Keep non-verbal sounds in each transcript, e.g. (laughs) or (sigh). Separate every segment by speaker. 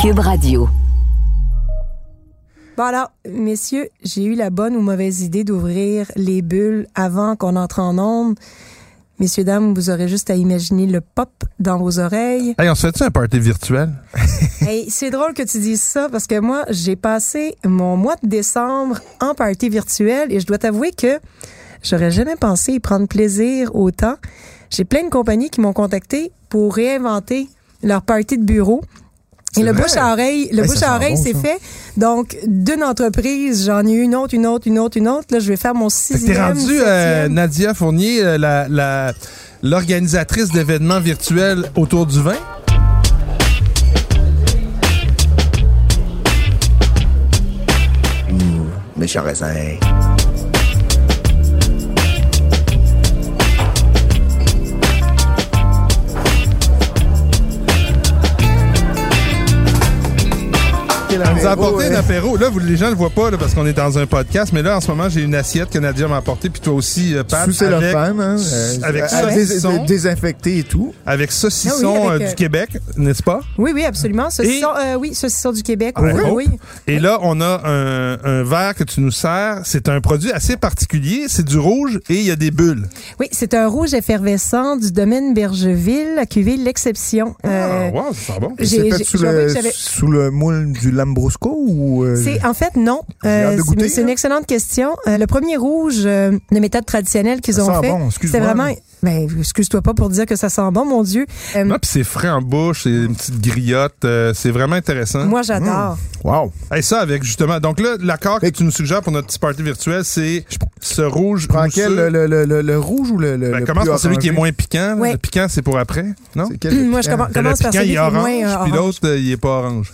Speaker 1: Cube Radio.
Speaker 2: Bon alors, messieurs, j'ai eu la bonne ou mauvaise idée d'ouvrir les bulles avant qu'on entre en onde. Messieurs, dames, vous aurez juste à imaginer le pop dans vos oreilles.
Speaker 3: Hey, on se fait-tu un party virtuel?
Speaker 2: Hey, c'est drôle que tu dises ça parce que moi, j'ai passé mon mois de décembre en party virtuelle et je dois t'avouer que j'aurais jamais pensé y prendre plaisir autant. J'ai plein de compagnies qui m'ont contacté pour réinventer leur party de bureau. Et le
Speaker 3: vrai.
Speaker 2: bouche à oreille, le
Speaker 3: Hey, ça
Speaker 2: bouche à
Speaker 3: sent
Speaker 2: oreille,
Speaker 3: bon,
Speaker 2: c'est
Speaker 3: ça.
Speaker 2: fait. Donc, d'une entreprise, j'en ai une autre, une autre, une autre, une autre. Là, je vais faire mon
Speaker 3: Fait que
Speaker 2: sixième.
Speaker 3: T'es rendu euh,
Speaker 2: septième.
Speaker 3: Nadia Fournier, euh, la- la- l'organisatrice d'événements virtuels autour du vin.
Speaker 4: méchant raisin.
Speaker 3: Elle
Speaker 2: Eh
Speaker 3: nous a apporté
Speaker 4: ouais.
Speaker 5: hein.
Speaker 3: un apéro. Là, vous, les gens le voient pas là, parce qu'on est dans un podcast, mais là, en ce moment, j'ai une assiette que Nadia m'a apportée, puis toi aussi, euh, Pat,
Speaker 5: Sous
Speaker 3: avec,
Speaker 5: cellophane, hein, euh,
Speaker 3: avec
Speaker 5: à- à
Speaker 3: saucisson.
Speaker 5: dés- dés- désinfecté et tout.
Speaker 3: avec saucisson
Speaker 2: Ah oui, avec,
Speaker 3: euh,
Speaker 2: euh,
Speaker 3: du Québec, n'est-ce pas?
Speaker 2: Oui, oui, absolument. Saucisson, euh, oui, saucisson du Québec.
Speaker 3: I
Speaker 2: Ah oui,
Speaker 3: hope.
Speaker 2: oui.
Speaker 3: Et là, on a un, un verre que tu nous sers. C'est un produit assez particulier. C'est du rouge et il y a des bulles.
Speaker 2: Oui, c'est un rouge effervescent du domaine Bergeville, la cuvée L'Exception. Euh,
Speaker 3: ah, wow, ça sent bon.
Speaker 2: J'ai-
Speaker 5: C'est
Speaker 2: j'ai-
Speaker 5: fait sous
Speaker 2: j'avais-
Speaker 5: le,
Speaker 2: j'avais-
Speaker 5: sous le moule du Lambrusco ou... euh,
Speaker 2: C'est en fait non. Euh,
Speaker 5: J'ai hâte de
Speaker 2: c'est-
Speaker 5: goûter,
Speaker 2: mais c'est
Speaker 5: là.
Speaker 2: une excellente question. Euh, le premier rouge euh, de méthode traditionnelle qu'ils
Speaker 5: Ça
Speaker 2: ont
Speaker 5: sent
Speaker 2: fait,
Speaker 5: bon, excuse-moi,
Speaker 2: c'est vraiment.
Speaker 5: là.
Speaker 2: Ben, excuse-toi pas pour dire que ça sent bon, mon Dieu. Euh,
Speaker 3: Non, Ah, puis c'est frais en bouche, c'est une petite griotte. euh, c'est vraiment intéressant.
Speaker 2: moi, j'adore.
Speaker 5: Mmh, Wow.
Speaker 3: Et ça avec justement. Donc là, l'accord que tu nous suggères pour notre petit party virtuel, c'est ce rouge
Speaker 5: Prends
Speaker 3: mousseux.
Speaker 5: quel, le, le, le, le- le rouge ou le, le,
Speaker 3: Ben,
Speaker 5: le
Speaker 3: commence
Speaker 5: plus Hum,
Speaker 3: par celui
Speaker 5: orangé?
Speaker 3: qui est moins piquant. là.
Speaker 2: Ouais.
Speaker 3: Le piquant, c'est pour après, non?
Speaker 2: (clears throat)
Speaker 5: C'est quel Ah. le
Speaker 2: Moi, je
Speaker 5: piquant?
Speaker 2: commence-
Speaker 3: Le
Speaker 2: par
Speaker 3: piquant,
Speaker 2: celui
Speaker 3: il
Speaker 2: qui
Speaker 3: est
Speaker 2: est
Speaker 3: orange,
Speaker 2: moins, euh,
Speaker 3: puis
Speaker 2: orange.
Speaker 3: l'autre, euh, il est pas orange.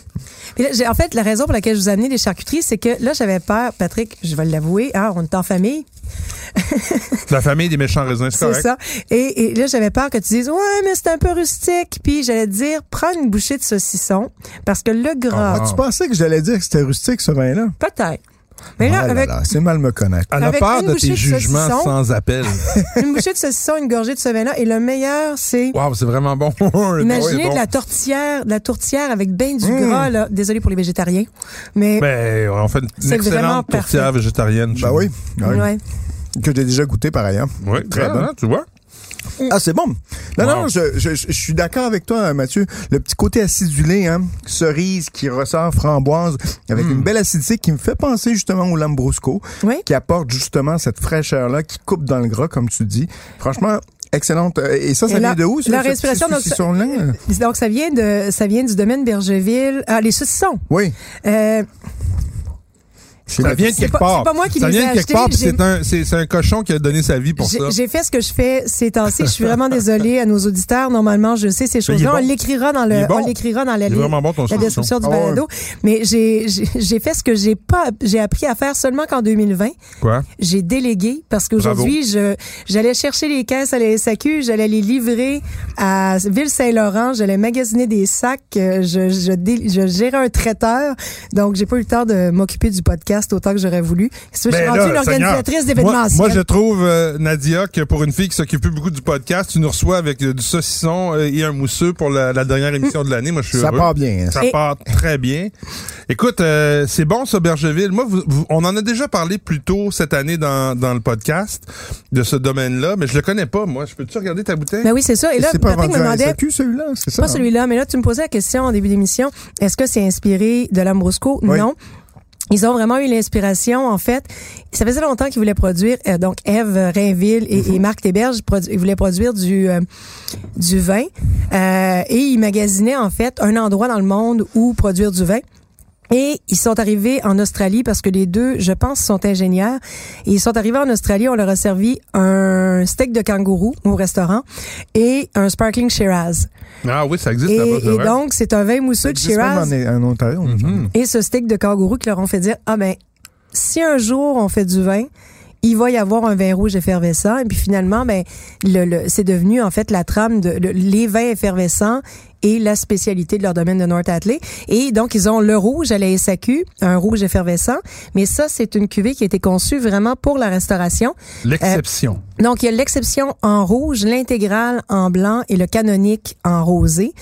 Speaker 2: Puis là, j'ai- en fait, la raison pour laquelle je vous ai amené les charcuteries, c'est que là, j'avais peur, Patrick, je vais l'avouer, hein, on est en famille,
Speaker 3: La famille des méchants raisins, c'est
Speaker 2: c'est
Speaker 3: correct.
Speaker 2: ça. Et, et là, j'avais peur que tu dises, ouais, mais c'est un peu rustique. Puis j'allais te dire, prends une bouchée de saucisson, parce que le gras,
Speaker 5: Ah, tu pensais que j'allais dire que c'était rustique, ce vin-là?
Speaker 2: peut-être. Mais là,
Speaker 5: Ah là
Speaker 2: avec
Speaker 5: (laughs) là, c'est mal me connaître.
Speaker 3: Elle a
Speaker 2: Avec
Speaker 3: peur
Speaker 2: une
Speaker 3: de
Speaker 2: bouchée
Speaker 3: tes
Speaker 2: de
Speaker 3: jugements
Speaker 2: saucisson.
Speaker 3: sans (laughs) appel.
Speaker 2: une bouchée de saucisson, une gorgée de ce vin-là, et le meilleur, c'est
Speaker 3: Wow, c'est vraiment bon. (laughs)
Speaker 2: Imaginez
Speaker 3: Ouais, bon. Mmh.
Speaker 2: de la tortillère, de la tourtière avec ben du gras, là. Désolé pour les végétariens. Mais,
Speaker 3: Ben, on fait une- une
Speaker 2: C'est vraiment
Speaker 3: excellente
Speaker 2: parfait.
Speaker 3: tourtière végétarienne.
Speaker 5: Ben oui,
Speaker 3: Bah
Speaker 5: ouais.
Speaker 2: ouais.
Speaker 5: que j'ai déjà goûté par ailleurs.
Speaker 3: Oui, très
Speaker 5: bon.
Speaker 3: bon, tu vois.
Speaker 5: Ah, c'est bon. Non,
Speaker 3: Wow.
Speaker 5: non, je, je- je suis d'accord avec toi, Mathieu. Le petit côté acidulé, hein, cerise qui ressort framboise, avec
Speaker 3: Hmm.
Speaker 5: une belle acidité qui me fait penser justement au Lambrusco,
Speaker 2: Oui.
Speaker 5: qui apporte justement cette fraîcheur-là, qui coupe dans le gras, comme tu dis. Franchement, excellente. Euh, Et ça, ça
Speaker 2: Et la-
Speaker 5: vient de où? ça,
Speaker 2: la
Speaker 5: ce petit
Speaker 2: respiration, donc, ça-
Speaker 5: saucisson-là?
Speaker 2: (laughs) Donc, ça vient de, ça vient du domaine Bergeville. Ah, les saucissons.
Speaker 5: Oui.
Speaker 2: Euh,
Speaker 3: Ça vient de
Speaker 2: c'est
Speaker 3: quelque
Speaker 2: pas-
Speaker 3: part.
Speaker 2: c'est pas moi qui
Speaker 3: Ça
Speaker 2: les ai
Speaker 3: vient de quelque
Speaker 2: achetés,
Speaker 3: part, puis
Speaker 2: j'ai-
Speaker 3: c'est un, c'est- c'est un cochon qui a donné sa vie pour
Speaker 2: j'ai-
Speaker 3: ça.
Speaker 2: j'ai fait ce que je fais ces temps-ci. Je suis
Speaker 3: (laughs)
Speaker 2: vraiment désolée à nos auditeurs. Normalement, je sais ces choses-là.
Speaker 3: bon.
Speaker 2: On l'écrira dans
Speaker 3: Il
Speaker 2: le,
Speaker 3: est bon.
Speaker 2: on l'écrira dans la,
Speaker 3: Il est vraiment bon, ton
Speaker 2: la description du
Speaker 5: Ah ouais.
Speaker 2: balado. Mais j'ai, j'ai j'ai fait ce que j'ai pas, j'ai appris à faire seulement qu'en 2020.
Speaker 3: Quoi?
Speaker 2: j'ai délégué parce qu'aujourd'hui, je j'allais chercher les caisses à la SAQ, j'allais les livrer à Ville-Saint-Laurent, j'allais magasiner des sacs, euh, je, je, dé- je gérais un traiteur. Donc, j'ai pas eu le temps de m'occuper du podcast autant que j'aurais voulu. Qu'est-ce que Je suis
Speaker 3: Ben
Speaker 2: rendue
Speaker 3: là,
Speaker 2: une
Speaker 3: Seigneur,
Speaker 2: organisatrice
Speaker 3: moi, moi, je
Speaker 2: d'événementiels.
Speaker 3: trouve, euh, Nadia, que pour une fille qui s'occupe plus beaucoup du podcast, tu nous reçois avec euh, du saucisson euh, et un mousseux pour la, la dernière émission de l'année. Moi, je suis
Speaker 5: Ça
Speaker 3: heureux.
Speaker 5: part bien. hein.
Speaker 3: Ça
Speaker 2: Et-
Speaker 3: part très bien. Écoute, euh, c'est bon ça, Bergeville. Moi, vous- vous- on en a déjà parlé plus tôt cette année dans, dans le podcast de ce domaine-là, mais je le connais pas, moi. Je peux-tu regarder ta bouteille?
Speaker 2: Ben oui, c'est ça. Et là,
Speaker 5: c'est pas
Speaker 2: Patrick
Speaker 5: vendu
Speaker 2: me
Speaker 5: à
Speaker 2: demandait,
Speaker 5: SAQ, celui-là, c'est ça? hein?
Speaker 2: pas celui-là, mais là, tu me posais la question en début d'émission, est-ce que c'est inspiré de Lambrusco?
Speaker 5: Oui.
Speaker 2: Non. Ils ont vraiment eu l'inspiration, en fait. Ça faisait longtemps qu'ils voulaient produire, euh, donc Eve Rainville et,
Speaker 5: Mhm.
Speaker 2: et Marc Théberge produ- ils voulaient produire du, euh, du vin. Euh, et ils magasinaient, en fait, un endroit dans le monde où produire du vin. Et ils sont arrivés en Australie parce que les deux, je pense, sont ingénieurs. Et ils sont arrivés en Australie, on leur a servi un steak de kangourou au restaurant et un sparkling Shiraz.
Speaker 3: Ah oui, ça existe
Speaker 2: Et,
Speaker 3: là-bas. c'est
Speaker 2: et
Speaker 3: vrai.
Speaker 2: donc, c'est un vin mousseux de
Speaker 5: Existe même
Speaker 2: Shiraz
Speaker 5: En, en Ontario.
Speaker 3: Mm-hmm.
Speaker 5: on dit.
Speaker 2: et ce steak de kangourou qui leur ont fait dire ah ben si un jour on fait du vin il va y avoir un vin rouge effervescent et puis finalement ben le, le- c'est devenu en fait la trame de le- les vins effervescents et la spécialité de leur domaine de North Atlee et donc ils ont le rouge à la SAQ un rouge effervescent mais ça c'est une cuvée qui a été conçue vraiment pour la restauration
Speaker 3: euh, L'exception.
Speaker 2: donc, il y a l'exception en rouge, l'intégrale en blanc et le canonique en rosé.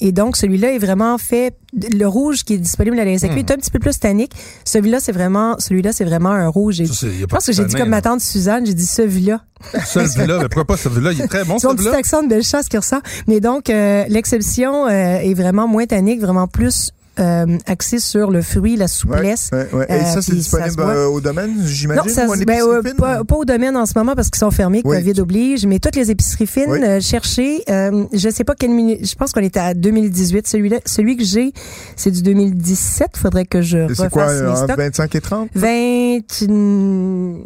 Speaker 2: Et donc, celui-là est vraiment fait, le rouge qui est disponible à la SAQ est un petit peu plus tannique. Celui-là, c'est vraiment, celui-là, c'est vraiment un rouge. Et
Speaker 3: Ça, c'est- il y a
Speaker 2: je
Speaker 3: pas
Speaker 2: pense
Speaker 3: de
Speaker 2: que j'ai dit
Speaker 3: tannin,
Speaker 2: comme
Speaker 3: là.
Speaker 2: ma tante Suzanne, j'ai dit celui-là.
Speaker 3: Celui-là, mais pourquoi pas celui-là? Il est très bon,
Speaker 2: Son petit
Speaker 3: celui-là.
Speaker 2: accent de belle chasse qui ressort. Mais donc, euh, l'exception euh, est vraiment moins tannique, vraiment plus euh, axée sur le fruit, la
Speaker 5: Ouais,
Speaker 2: souplesse.
Speaker 5: ouais, ouais.
Speaker 2: Euh,
Speaker 5: Et ça, c'est
Speaker 2: puis ça se
Speaker 5: disponible
Speaker 2: boit.
Speaker 5: euh, au domaine, j'imagine?
Speaker 2: Non, ça,
Speaker 5: ou en
Speaker 2: se- ben,
Speaker 5: épicerie
Speaker 2: euh,
Speaker 5: fine? hein.
Speaker 2: pas, pas au domaine en ce moment parce qu'ils sont fermés,
Speaker 5: Oui.
Speaker 2: Covid oblige, mais toutes les épiceries fines,
Speaker 5: Oui.
Speaker 2: euh, cherchez, euh, je sais pas quelle minute, je pense qu'on était à 2018, celui-là, celui que j'ai, c'est du 2017, faudrait que je
Speaker 5: Et
Speaker 2: refasse
Speaker 5: C'est quoi,
Speaker 2: mes
Speaker 5: euh, entre
Speaker 2: stocks.
Speaker 5: 25 et 30?
Speaker 2: 20,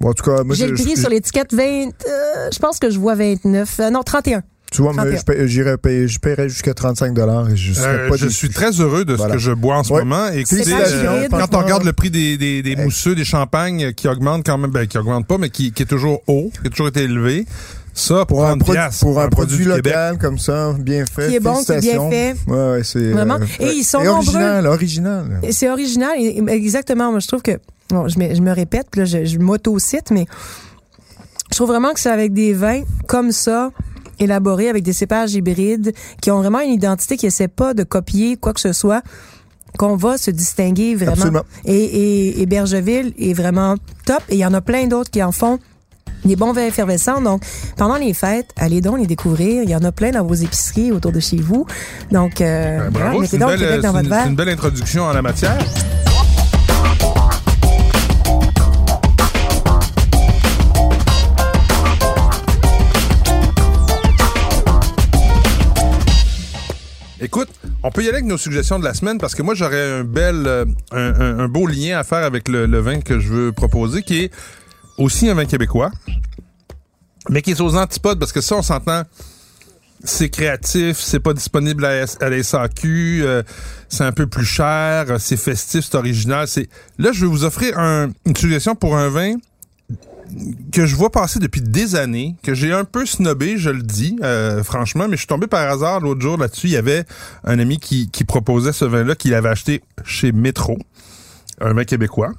Speaker 5: Bon, en tout cas, moi,
Speaker 2: j'ai le
Speaker 5: je-
Speaker 2: prix
Speaker 5: je-
Speaker 2: sur l'étiquette 20, euh, je pense que je vois 29, euh, non, 31.
Speaker 5: Tu vois, moi,
Speaker 2: 31.
Speaker 5: je paie- j'irais payer, je paierais jusqu'à 35 et je serais
Speaker 3: Euh,
Speaker 5: pas
Speaker 3: je
Speaker 5: déçu.
Speaker 3: suis très heureux de ce
Speaker 5: Voilà.
Speaker 3: que je bois en ce
Speaker 5: Ouais.
Speaker 3: moment. Et
Speaker 5: C'est
Speaker 3: écoutez, euh,
Speaker 2: pas hybride.
Speaker 3: quand on
Speaker 5: Franchement.
Speaker 3: regarde le prix des, des, des mousseux, des champagnes euh, qui augmentent quand même, ben, qui augmentent pas, mais qui, qui est toujours haut, qui a toujours été élevé, ça, pour,
Speaker 5: Pour un,
Speaker 3: 30
Speaker 5: produ-
Speaker 3: piastres,
Speaker 5: pour un produit
Speaker 3: du Québec.
Speaker 5: local comme ça, bien fait.
Speaker 2: Qui est bon, qui est bien
Speaker 5: félicitations.
Speaker 2: fait.
Speaker 5: Ouais, ouais, c'est.
Speaker 2: Vraiment. Et ils sont nombreux.
Speaker 5: Original, original.
Speaker 2: Et C'est original, et- et- exactement. Moi, je trouve que, bon, je me, je me répète, puis là, je, je m'auto-cite, mais je trouve vraiment que c'est avec des vins comme ça, élaborés avec des cépages hybrides, qui ont vraiment une identité, qui essaient pas de copier quoi que ce soit, qu'on va se distinguer vraiment.
Speaker 5: Absolument.
Speaker 2: Et, et, et Bergeville est vraiment top, et il y en a plein d'autres qui en font des bons vins effervescents. Donc, pendant les fêtes, allez donc les découvrir. Il y en a plein dans vos épiceries autour de chez vous. Donc, euh, voilà,
Speaker 3: Ben, bravo, c'est
Speaker 2: mettez
Speaker 3: une,
Speaker 2: donc le
Speaker 3: belle,
Speaker 2: Québec
Speaker 3: c'est
Speaker 2: dans
Speaker 3: une-
Speaker 2: votre
Speaker 3: c'est
Speaker 2: verre.
Speaker 3: une belle introduction en la matière. Écoute, on peut y aller avec nos suggestions de la semaine parce que moi j'aurais un bel, euh, un, un- un beau lien à faire avec le, le vin que je veux proposer qui est aussi un vin québécois, mais qui est aux antipodes parce que ça on s'entend, c'est créatif, c'est pas disponible à, S- à la SAQ, euh, c'est un peu plus cher, euh, c'est festif, c'est original. C'est là je vais vous offrir un- une suggestion pour un vin que je vois passer depuis des années, que j'ai un peu snobé, je le dis, euh, franchement, mais je suis tombé par hasard l'autre jour là-dessus. Il y avait un ami qui, qui proposait ce vin-là qu'il avait acheté chez Métro, un vin québécois.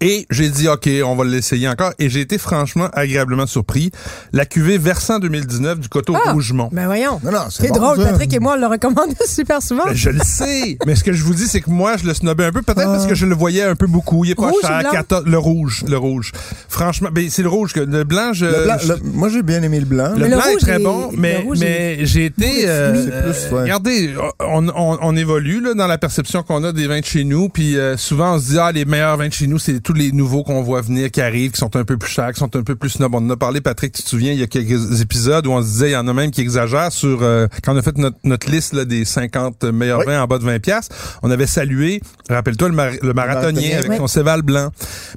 Speaker 3: Et j'ai dit, OK, on va l'essayer encore. Et j'ai été franchement agréablement surpris. La cuvée Versant 2019 du Coteau
Speaker 2: Ah!
Speaker 3: Rougemont.
Speaker 2: Ben voyons.
Speaker 5: Non, non, c'est
Speaker 2: C'est
Speaker 5: bon,
Speaker 2: drôle,
Speaker 5: ça.
Speaker 2: Patrick et moi, on le recommande (laughs) super souvent.
Speaker 3: Ben, Je le
Speaker 2: (laughs)
Speaker 3: sais, mais ce que je vous dis, c'est que moi, je le snobais un peu, peut-être parce que je le voyais un peu beaucoup. Il est pas
Speaker 2: Ah. Rouge ou
Speaker 3: cher,
Speaker 2: blanc?
Speaker 3: 14 le rouge, le rouge. Franchement, ben, c'est le rouge que le blanc, je.
Speaker 5: Le blanc-
Speaker 3: euh, je-
Speaker 5: le- moi, j'ai bien aimé le blanc.
Speaker 3: le
Speaker 2: Mais le
Speaker 3: blanc est
Speaker 2: rouge
Speaker 3: très
Speaker 2: est-
Speaker 3: bon,
Speaker 2: le
Speaker 3: mais,
Speaker 2: rouge
Speaker 3: mais j'ai été.
Speaker 5: fruits.
Speaker 3: euh,
Speaker 5: C'est plus, ouais.
Speaker 3: Regardez, on, on- on évolue là, dans la perception qu'on a des vins de chez nous, puis euh, souvent on se dit ah les meilleurs vins de chez nous, c'est tous les nouveaux qu'on voit venir, qui arrivent, qui sont un peu plus chers, qui sont un peu plus snob. On en a parlé, Patrick, tu te souviens, il y a quelques épisodes où on se disait il y en a même qui exagèrent sur euh, quand on a fait notre, notre liste là, des 50 meilleurs
Speaker 5: Oui.
Speaker 3: vins en bas de 20 pièces, on avait salué, rappelle-toi le, mar- le marathonien
Speaker 5: marathonien,
Speaker 3: avec
Speaker 2: oui.
Speaker 3: son séval blanc.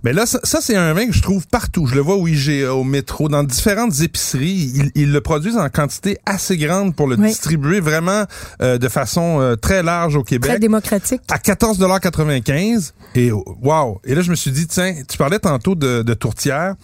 Speaker 3: Mais là, ça, ça, c'est un vin que je trouve partout. Je le vois au IGA, au métro, dans différentes épiceries. Ils, ils le produisent en quantité assez grande pour le
Speaker 2: Oui.
Speaker 3: distribuer vraiment euh, de façon euh, très large au
Speaker 2: Très
Speaker 3: Québec.
Speaker 2: démocratique.
Speaker 3: À 14,95 Et wow! Et là, je me suis dit, tiens, tu parlais tantôt de, de tourtière.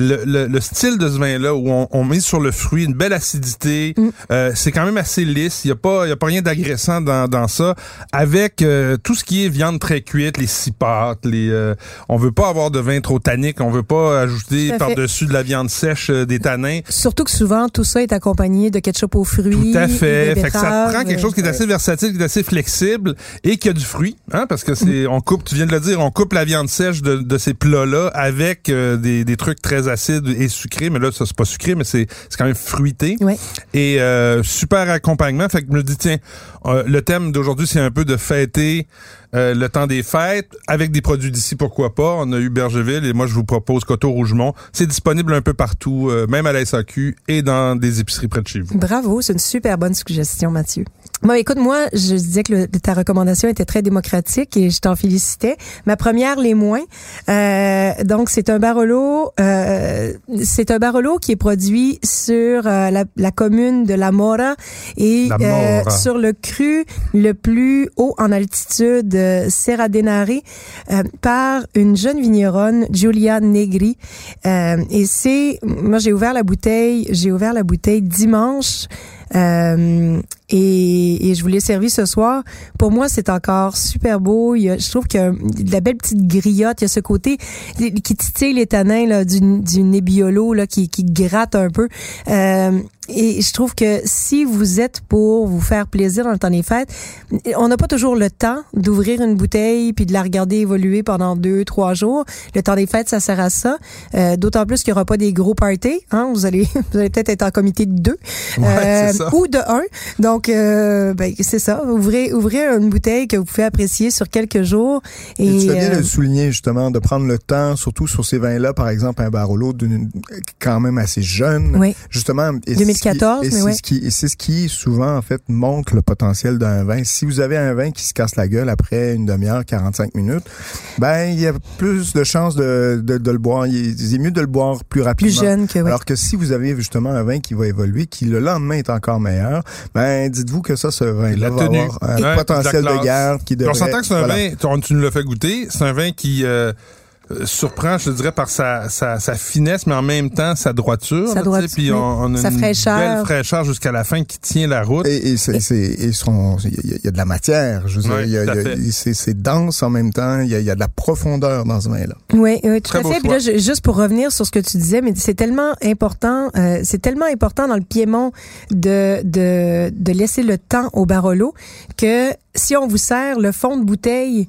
Speaker 3: Le, le- le style de ce vin-là, où on, on met sur le fruit une belle acidité,
Speaker 2: Mm.
Speaker 3: euh, c'est quand même assez lisse. Il n'y a, pas- il y a pas rien d'agressant dans, dans ça. Avec euh, tout ce qui est viande très cuite, les six pâtes, les, euh, on veut pas avoir de vin trop tannique. On veut pas
Speaker 2: Tout
Speaker 3: ajouter
Speaker 2: à fait.
Speaker 3: par-dessus de la viande sèche euh, des tanins.
Speaker 2: Surtout que souvent, tout ça est accompagné de ketchup aux fruits.
Speaker 3: Tout à
Speaker 2: et
Speaker 3: fait.
Speaker 2: des
Speaker 3: Fait que ça te
Speaker 2: betteraves. euh,
Speaker 3: prend quelque chose qui est assez versatile, qui est assez flexible et qui a du fruit, hein, parce que c'est, on coupe, tu viens de le dire, on coupe la viande sèche de, de ces plats-là avec euh, des, des trucs très très acide et sucré, mais là, ça, c'est pas sucré, mais c'est c'est quand même fruité.
Speaker 2: Ouais.
Speaker 3: Et euh, super accompagnement. Fait que je me dis, tiens, euh, le thème d'aujourd'hui, c'est un peu de fêter euh, le temps des fêtes avec des produits d'ici, pourquoi pas. On a eu Bergeville et moi, je vous propose Coteau Rougemont. C'est disponible un peu partout, euh, même à la SAQ et dans des épiceries près de chez vous.
Speaker 2: Bravo, c'est une super bonne suggestion, Mathieu. Bon, écoute, moi, je disais que le- ta recommandation était très démocratique et je t'en félicitais. Ma première, les moins. Euh, donc, c'est un Barolo, euh, c'est un Barolo qui est produit sur euh, la, la commune de La Mora et
Speaker 3: La
Speaker 2: euh,
Speaker 3: Mora.
Speaker 2: sur le cru le plus haut en altitude, euh, Serra Denare, euh, par une jeune vigneronne, Giulia Negri. Euh, et c'est, moi j'ai ouvert la bouteille, j'ai ouvert la bouteille dimanche. euh, et, et je vous l'ai servi ce soir. Pour moi, c'est encore super beau. Il y a- je trouve qu'il y a un- de la belle petite griotte. Il y a ce côté qui titille les tanins là, du, du Nebbiolo là, qui, qui gratte un peu. Euh, et je trouve que si vous êtes pour vous faire plaisir dans le temps des fêtes, on n'a pas toujours le temps d'ouvrir une bouteille puis de la regarder évoluer pendant deux, trois jours. Le temps des fêtes, ça sert à ça. Euh, D'autant plus qu'il n'y aura pas des gros parties. Hein? Vous allez, (laughs) vous allez peut-être être en comité de deux Euh,
Speaker 3: Ouais, c'est ça.
Speaker 2: ou de un. Donc, euh, ben, c'est ça. Ouvrez, ouvrez une bouteille que vous pouvez apprécier sur quelques jours.
Speaker 5: Et tu fais bien
Speaker 2: euh,
Speaker 5: de le souligner, justement, de prendre le temps, surtout sur ces vins-là, par exemple, un Barolo, d'une- quand même assez jeune.
Speaker 2: Oui.
Speaker 5: Justement, et
Speaker 2: 2014, mais
Speaker 5: c'est ce qui- et c'est
Speaker 2: ouais.
Speaker 5: ce qui- et c'est ce qui, souvent, en fait, montre le potentiel d'un vin. Si vous avez un vin qui se casse la gueule après une demi-heure, 45 minutes, ben, il y a plus de chances de, de- de le boire. Il il est mieux de le boire plus rapidement.
Speaker 2: plus jeune que... ouais.
Speaker 5: Alors que si vous avez justement un vin qui va évoluer, qui le lendemain est encore meilleur, ben dites-vous que ça, ce vin-là
Speaker 3: La
Speaker 5: va
Speaker 3: tenue.
Speaker 5: avoir un
Speaker 3: Ouais, la
Speaker 5: potentiel de
Speaker 3: classe.
Speaker 5: guerre qui devrait...
Speaker 3: On s'entend que c'est un
Speaker 5: Voilà.
Speaker 3: vin, tu- tu nous l'as fait goûter, c'est un vin qui euh, euh, surprend, je te dirais, par sa, sa, sa finesse, mais en même temps sa droiture.
Speaker 2: Sa
Speaker 3: là, tu sais,
Speaker 2: droiture,
Speaker 3: Puis on, on a
Speaker 2: sa
Speaker 3: une
Speaker 2: fraîcheur.
Speaker 3: belle fraîcheur jusqu'à la fin qui tient la route.
Speaker 5: Et, et c'est- c'est- et son- il y, a- il y a de la matière, je veux dire,
Speaker 3: Ouais,
Speaker 5: il y a-
Speaker 3: tout à
Speaker 5: il y a-
Speaker 3: fait.
Speaker 5: il- c'est c'est dense en même temps, il y, a, il y a de la profondeur dans ce vin-là.
Speaker 2: Oui, oui, tout
Speaker 3: Très
Speaker 2: à
Speaker 3: beau
Speaker 2: fait. Puis là, je- juste pour revenir sur ce que tu disais, mais c'est tellement important, euh, c'est tellement important dans le Piémont de, de, de laisser le temps au Barolo que si on vous sert le fond de bouteille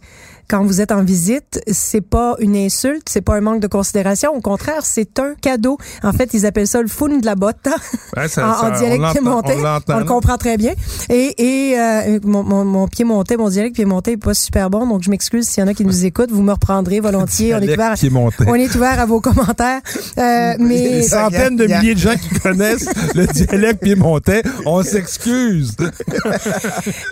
Speaker 2: quand vous êtes en visite, c'est pas une insulte, c'est pas un manque de considération. Au contraire, c'est un cadeau. En fait, ils appellent ça le fun de la botte.
Speaker 3: Ouais, ça-
Speaker 2: en,
Speaker 3: ça-
Speaker 2: en
Speaker 3: on
Speaker 2: dialecte
Speaker 3: l'entend-
Speaker 2: piémontais.
Speaker 3: on l'entend,
Speaker 2: le
Speaker 3: là.
Speaker 2: comprend très bien. Et, et euh, mon, mon, mon piémontais, mon dialecte piémontais est pas super bon, donc je m'excuse s'il y en a qui nous écoutent. Vous me reprendrez volontiers. on, est ouvert,
Speaker 3: Qui est monté.
Speaker 5: (laughs)
Speaker 2: on est ouvert à vos commentaires.
Speaker 3: (laughs)
Speaker 2: Euh, mais
Speaker 3: Des centaines de milliers de gens qui connaissent le dialecte piémontais, on s'excuse.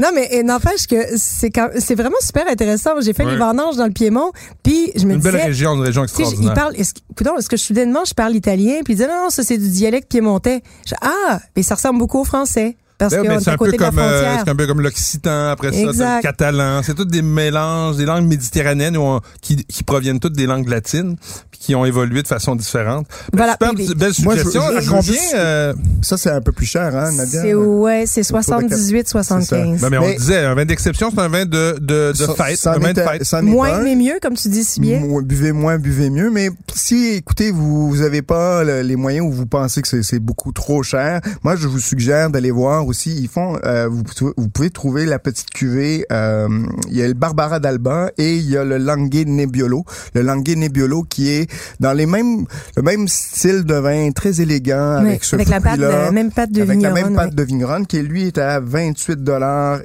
Speaker 2: non, mais et n'empêche que c'est quand- c'est vraiment super intéressant. J'ai fait
Speaker 3: Ouais.
Speaker 2: les vendanges dans le Piémont, puis je me
Speaker 3: Une belle
Speaker 2: disais...
Speaker 3: région, une région
Speaker 2: Tu sais, il
Speaker 3: extraordinaire.
Speaker 2: parle, est-ce que, coudonc, est-ce que soudainement je parle italien, puis il dit non, non, ça c'est du dialecte piémontais. Je, ah, mais ça ressemble beaucoup au français, parce
Speaker 3: Ben oui,
Speaker 2: qu'on
Speaker 3: mais
Speaker 2: est
Speaker 3: c'est
Speaker 2: à
Speaker 3: un peu
Speaker 2: côté de la
Speaker 3: comme euh,
Speaker 2: frontière.
Speaker 3: c'est un peu comme l'occitan après ça,
Speaker 2: Exact.
Speaker 3: t'as le catalan, c'est toutes des mélanges des langues méditerranéennes où on- qui, qui proviennent toutes des langues latines puis qui ont évolué de façon différente. Ben,
Speaker 2: Voilà.
Speaker 3: super,
Speaker 2: Puis-
Speaker 3: belle
Speaker 5: Moi, je-
Speaker 3: suggestion.
Speaker 5: je-
Speaker 3: à
Speaker 5: je-
Speaker 3: combien
Speaker 5: juste-
Speaker 3: euh,
Speaker 5: Ça, c'est un peu plus cher, hein, Nadia?
Speaker 2: C'est ouais, c'est
Speaker 5: Autour de
Speaker 2: 78 75.
Speaker 3: ben, mais, on
Speaker 5: Mais-
Speaker 3: le disait un vin d'exception, c'est un vin de de, de
Speaker 5: Ça-
Speaker 3: fête,
Speaker 5: ça en
Speaker 3: un vin de
Speaker 5: est un-
Speaker 3: fête.
Speaker 5: ça en est
Speaker 2: Moins
Speaker 5: un.
Speaker 2: mais mieux comme tu dis si bien.
Speaker 5: Moins- buvez moins, buvez mieux. Mais si, écoutez, vous vous avez pas le- les moyens ou vous pensez que c'est- c'est beaucoup trop cher, moi, je vous suggère d'aller voir aussi. Ils font, euh, vous, pouvez- vous pouvez trouver la petite cuvée. euh, il y a le Barbara d'Alba et il y a le Langue Nebbiolo. Le Langue Nebbiolo qui est dans les mêmes, le même style de vin, très élégant,
Speaker 2: Oui,
Speaker 5: avec ce
Speaker 2: la pâte,
Speaker 5: fruit-là,
Speaker 2: la même pâte de
Speaker 5: avec la
Speaker 2: vigneronne.
Speaker 5: même pâte
Speaker 2: ouais.
Speaker 5: de vigneronne qui, lui, est à 28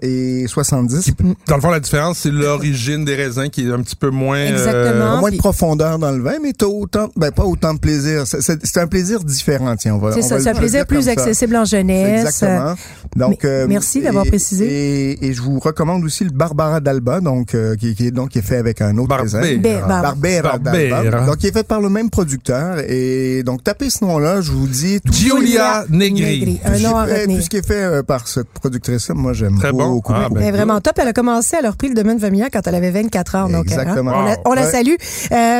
Speaker 5: et 70.
Speaker 2: Ah,
Speaker 3: Dans le fond la différence c'est l'origine des raisins qui est un petit peu moins euh,
Speaker 2: Exactement.
Speaker 5: Au moins de
Speaker 2: Puis-
Speaker 5: profondeur dans le vin, mais t'as autant, ben pas autant de plaisir. C'est- C'est c'est un plaisir différent, tiens, on va.
Speaker 2: C'est
Speaker 5: on va
Speaker 2: ça,
Speaker 5: le-
Speaker 2: c'est un
Speaker 5: je vais
Speaker 2: plaisir
Speaker 5: le dire
Speaker 2: plus
Speaker 5: comme ça.
Speaker 2: accessible en jeunesse.
Speaker 5: Exactement. euh,
Speaker 2: mais- merci d'avoir
Speaker 5: et-
Speaker 2: précisé.
Speaker 5: Et, et je vous recommande aussi le Barbara d'Alba, donc euh, qui, qui est donc qui est fait avec un autre
Speaker 3: Barbera.
Speaker 5: raisin.
Speaker 2: Ber- bar-
Speaker 5: Barbera d'Alba.
Speaker 3: Barbera.
Speaker 5: Donc qui est fait par le même producteur et donc tapez ce nom-là, je vous dis. tout-
Speaker 3: Giulia Negri.
Speaker 2: Un nom à
Speaker 5: tout ce qui est fait-
Speaker 2: retenir.
Speaker 5: Tout ce qui est fait euh, par cette productrice, moi j'aime
Speaker 3: Très bon.
Speaker 5: beaucoup.
Speaker 3: Ah, ben,
Speaker 2: Mais vraiment top. Elle a commencé à leur prix le domaine familial quand elle avait 24 ans. Donc,
Speaker 5: Exactement.
Speaker 2: hein, on la, on la
Speaker 5: Ouais.
Speaker 2: salue.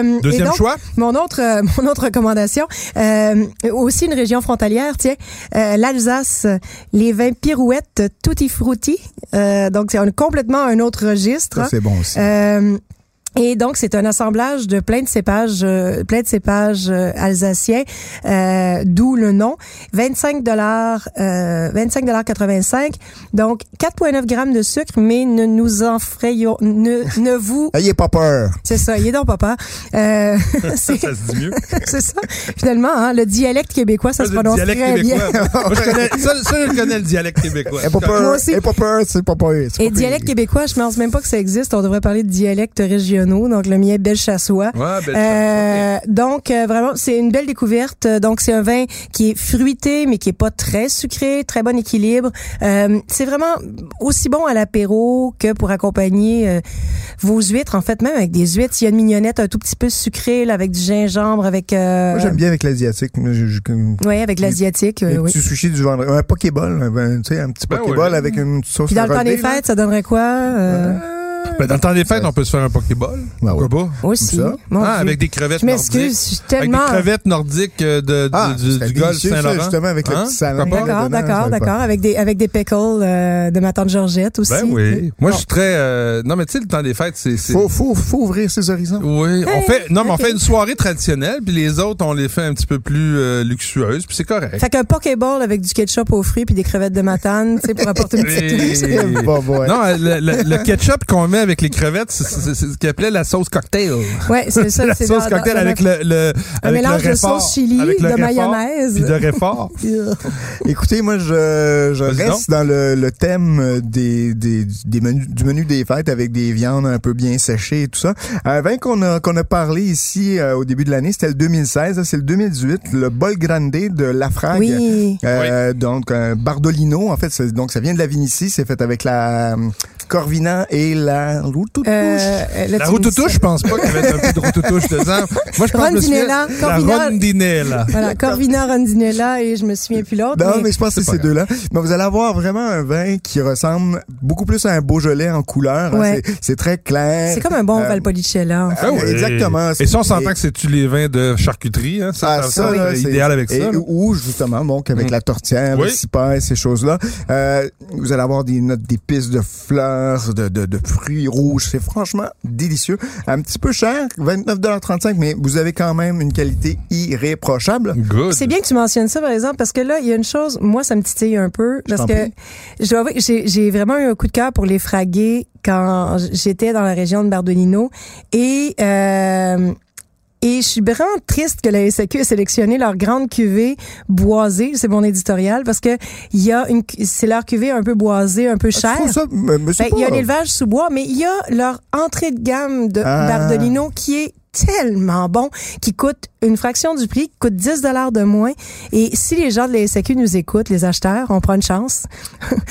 Speaker 2: Euh,
Speaker 3: Deuxième
Speaker 2: et donc, (laughs)
Speaker 3: choix?
Speaker 2: Mon autre, euh, mon autre recommandation, euh, aussi une région frontalière, tiens, euh, l'Alsace, les vins pirouettes tutti frutti. Euh, donc, c'est un- complètement un autre registre.
Speaker 5: Ça, c'est bon aussi.
Speaker 2: Euh, Et donc c'est un assemblage de plein de cépages, euh, plein de cépages euh, alsaciens, euh, d'où le nom. 25 dollars, 25 dollars 85. Donc 4,9 grammes de sucre, mais ne nous effrayons, ne ne
Speaker 3: (laughs)
Speaker 2: vous,
Speaker 5: Ayez Ah, pas peur.
Speaker 2: c'est ça, il est donc papa. Euh, (laughs) c'est
Speaker 3: Ça se dit mieux.
Speaker 2: c'est ça. Finalement, hein, le dialecte québécois, ça se
Speaker 3: le
Speaker 2: prononce
Speaker 3: dialecte
Speaker 2: très bien.
Speaker 3: québécois. Moi, je connais, ça, ça, je connais le dialecte québécois.
Speaker 5: Ayez pas peur.
Speaker 2: Moi aussi.
Speaker 5: Ayez pas peur, c'est pas peur. c'est
Speaker 2: Et
Speaker 5: pas
Speaker 2: dialecte
Speaker 5: pire.
Speaker 2: québécois, je pense même pas que ça existe. On devrait parler de dialectes régionaux. Donc, le mien, Belchassois.
Speaker 3: Ouais, belle
Speaker 2: Euh, donc, euh, vraiment, c'est une belle découverte. Euh, Donc, c'est un vin qui est fruité, mais qui est pas très sucré, très bon équilibre. Euh, c'est vraiment aussi bon à l'apéro que pour accompagner euh, vos huîtres. En fait, même avec des huîtres, il y a une mignonnette un tout petit peu sucrée, là, avec du gingembre, avec... Euh,
Speaker 5: Moi, j'aime bien avec l'asiatique. Moi, je- je-
Speaker 2: ouais, avec l'asiatique, euh,
Speaker 5: Le
Speaker 2: oui.
Speaker 5: petit sushi du vendredi. Un pokéball. Un, tu sais, un petit
Speaker 3: Ben
Speaker 5: pokéball
Speaker 3: oui.
Speaker 5: avec une sauce
Speaker 2: Puis dans le temps
Speaker 5: rodée,
Speaker 2: des
Speaker 5: là.
Speaker 2: fêtes, ça donnerait quoi? Euh,
Speaker 3: Ben, dans le temps des fêtes, on peut se faire un Pokéball.
Speaker 5: Ben
Speaker 3: Pourquoi
Speaker 5: oui.
Speaker 3: pas?
Speaker 2: aussi.
Speaker 5: ça.
Speaker 2: Mon
Speaker 3: Ah,
Speaker 2: Dieu.
Speaker 3: avec des crevettes
Speaker 2: Je
Speaker 3: nordiques.
Speaker 2: m'excuse, je suis
Speaker 3: Avec des
Speaker 2: tellement...
Speaker 3: crevettes nordiques euh, de, du-
Speaker 5: Ah,
Speaker 3: du,
Speaker 5: c'était
Speaker 3: du golfe
Speaker 5: délicieux, ça,
Speaker 3: Saint-Laurent. Hein?
Speaker 5: justement, avec le petit salon.
Speaker 3: Pourquoi pas?
Speaker 5: dedans,
Speaker 2: D'accord,
Speaker 5: ça
Speaker 2: d'accord,
Speaker 5: va
Speaker 2: d'accord. Avec des, avec des pickles euh, de ma tante Georgette aussi.
Speaker 3: Ben oui. Moi, je
Speaker 2: Bon.
Speaker 3: suis très... euh, Non, mais tu sais, le temps des fêtes, c'est... c'est-
Speaker 5: Faut, faut, faut ouvrir ses horizons.
Speaker 3: Oui, on
Speaker 2: Hey,
Speaker 3: fait non mais on
Speaker 2: ok.
Speaker 3: fait une soirée traditionnelle puis les autres on les fait un petit peu plus euh, luxueuses puis c'est correct.
Speaker 2: Fait qu'un pokéball avec du ketchup aux fruits puis des crevettes de matane, tu sais, pour apporter une petite
Speaker 5: (laughs)
Speaker 2: touche.
Speaker 3: Et-
Speaker 5: Bon, hein. ouais.
Speaker 3: Non, euh, le, le- le ketchup qu'on met avec les crevettes, c'est c'est- c'est ce qu'ils appelaient la sauce cocktail.
Speaker 2: Ouais, c'est ça.
Speaker 3: (laughs) la
Speaker 2: c'est
Speaker 3: sauce
Speaker 2: dans-
Speaker 3: cocktail
Speaker 2: dans-
Speaker 3: avec le, le
Speaker 2: Un
Speaker 3: avec le
Speaker 2: mélange de
Speaker 3: réfort,
Speaker 2: sauce chili,
Speaker 3: avec le
Speaker 2: de
Speaker 3: réfort,
Speaker 2: mayonnaise.
Speaker 3: puis de réfort.
Speaker 5: (laughs) Écoutez, moi, je, je
Speaker 3: Vas-y
Speaker 5: reste dans le, le thème des, des, des menus, du menu des fêtes avec des viandes un peu bien séchées et tout ça. Un vin qu'on a, qu'on a parlé ici euh, au début de l'année, c'était le 2016, là, c'est le 2018, le Bol Grande de La Frague.
Speaker 2: Oui.
Speaker 5: Euh, Donc, un Bardolino, en fait, c'est- donc ça vient de la Vinicie, c'est fait avec la euh, Corvina et la Routoutou.
Speaker 2: Euh, euh, là,
Speaker 3: La
Speaker 2: tu me dis ça.
Speaker 3: routoutouche, je pense pas qu'il y avait un peu de routoutouche dedans. Moi, je pense que je me
Speaker 2: Rondinella,
Speaker 3: souviens- la
Speaker 2: Corvinal.
Speaker 3: rondinella.
Speaker 2: Voilà, Corvina Rondinella et je me souviens plus l'autre.
Speaker 5: Non,
Speaker 2: mais-
Speaker 5: mais je pense que c'est
Speaker 3: pas
Speaker 5: ces deux-là. Mais vous allez avoir vraiment un vin qui ressemble beaucoup plus à un Beaujolais en couleur. hein.
Speaker 2: Ouais.
Speaker 5: C'est- C'est très clair.
Speaker 2: C'est comme un bon
Speaker 5: Euh,
Speaker 2: Valpolicella. en fait.
Speaker 5: Ah oui, exactement.
Speaker 3: Ben Et ça, on s'entend que c'est-tu les vins de charcuterie, hein? Ça,
Speaker 5: Ah,
Speaker 3: ça,
Speaker 5: ça,
Speaker 3: c'est
Speaker 5: là, c'est-
Speaker 3: idéal avec
Speaker 5: et-
Speaker 3: ça. là. Mm.
Speaker 5: ou justement, donc avec la tortière,
Speaker 3: Oui.
Speaker 5: le cipaille, ces choses-là. Euh, vous allez avoir des notes d'épices, de fleurs, de, de, de fruits rouges. C'est franchement délicieux. Un petit peu cher, 29,35 mais vous avez quand même une qualité irréprochable.
Speaker 3: Good.
Speaker 2: C'est bien que tu mentionnes ça, par exemple, parce que là, il y a une chose, moi, ça me titille un peu, parce
Speaker 5: t'en
Speaker 2: que
Speaker 5: prie.
Speaker 2: je dois avouer que j'ai j'ai vraiment eu un coup de cœur pour les fraguer quand j'étais dans la région de Bardolino. Et, euh, et je suis vraiment triste que la SAQ ait sélectionné leur grande cuvée boisée, c'est mon éditorial, parce que il y a une, cu- c'est leur cuvée un peu boisée, un peu chère.
Speaker 5: Je trouve ça, mais- mais c'est
Speaker 2: Ben, il y a
Speaker 5: pas-
Speaker 2: l'élevage sous bois, mais il y a leur entrée de gamme de
Speaker 5: Ah.
Speaker 2: Bardolino qui est tellement bon, qui coûte une fraction du prix, qui coûte 10 dollars de moins. Et si les gens de la SAQ nous écoutent, les acheteurs, on prend une chance.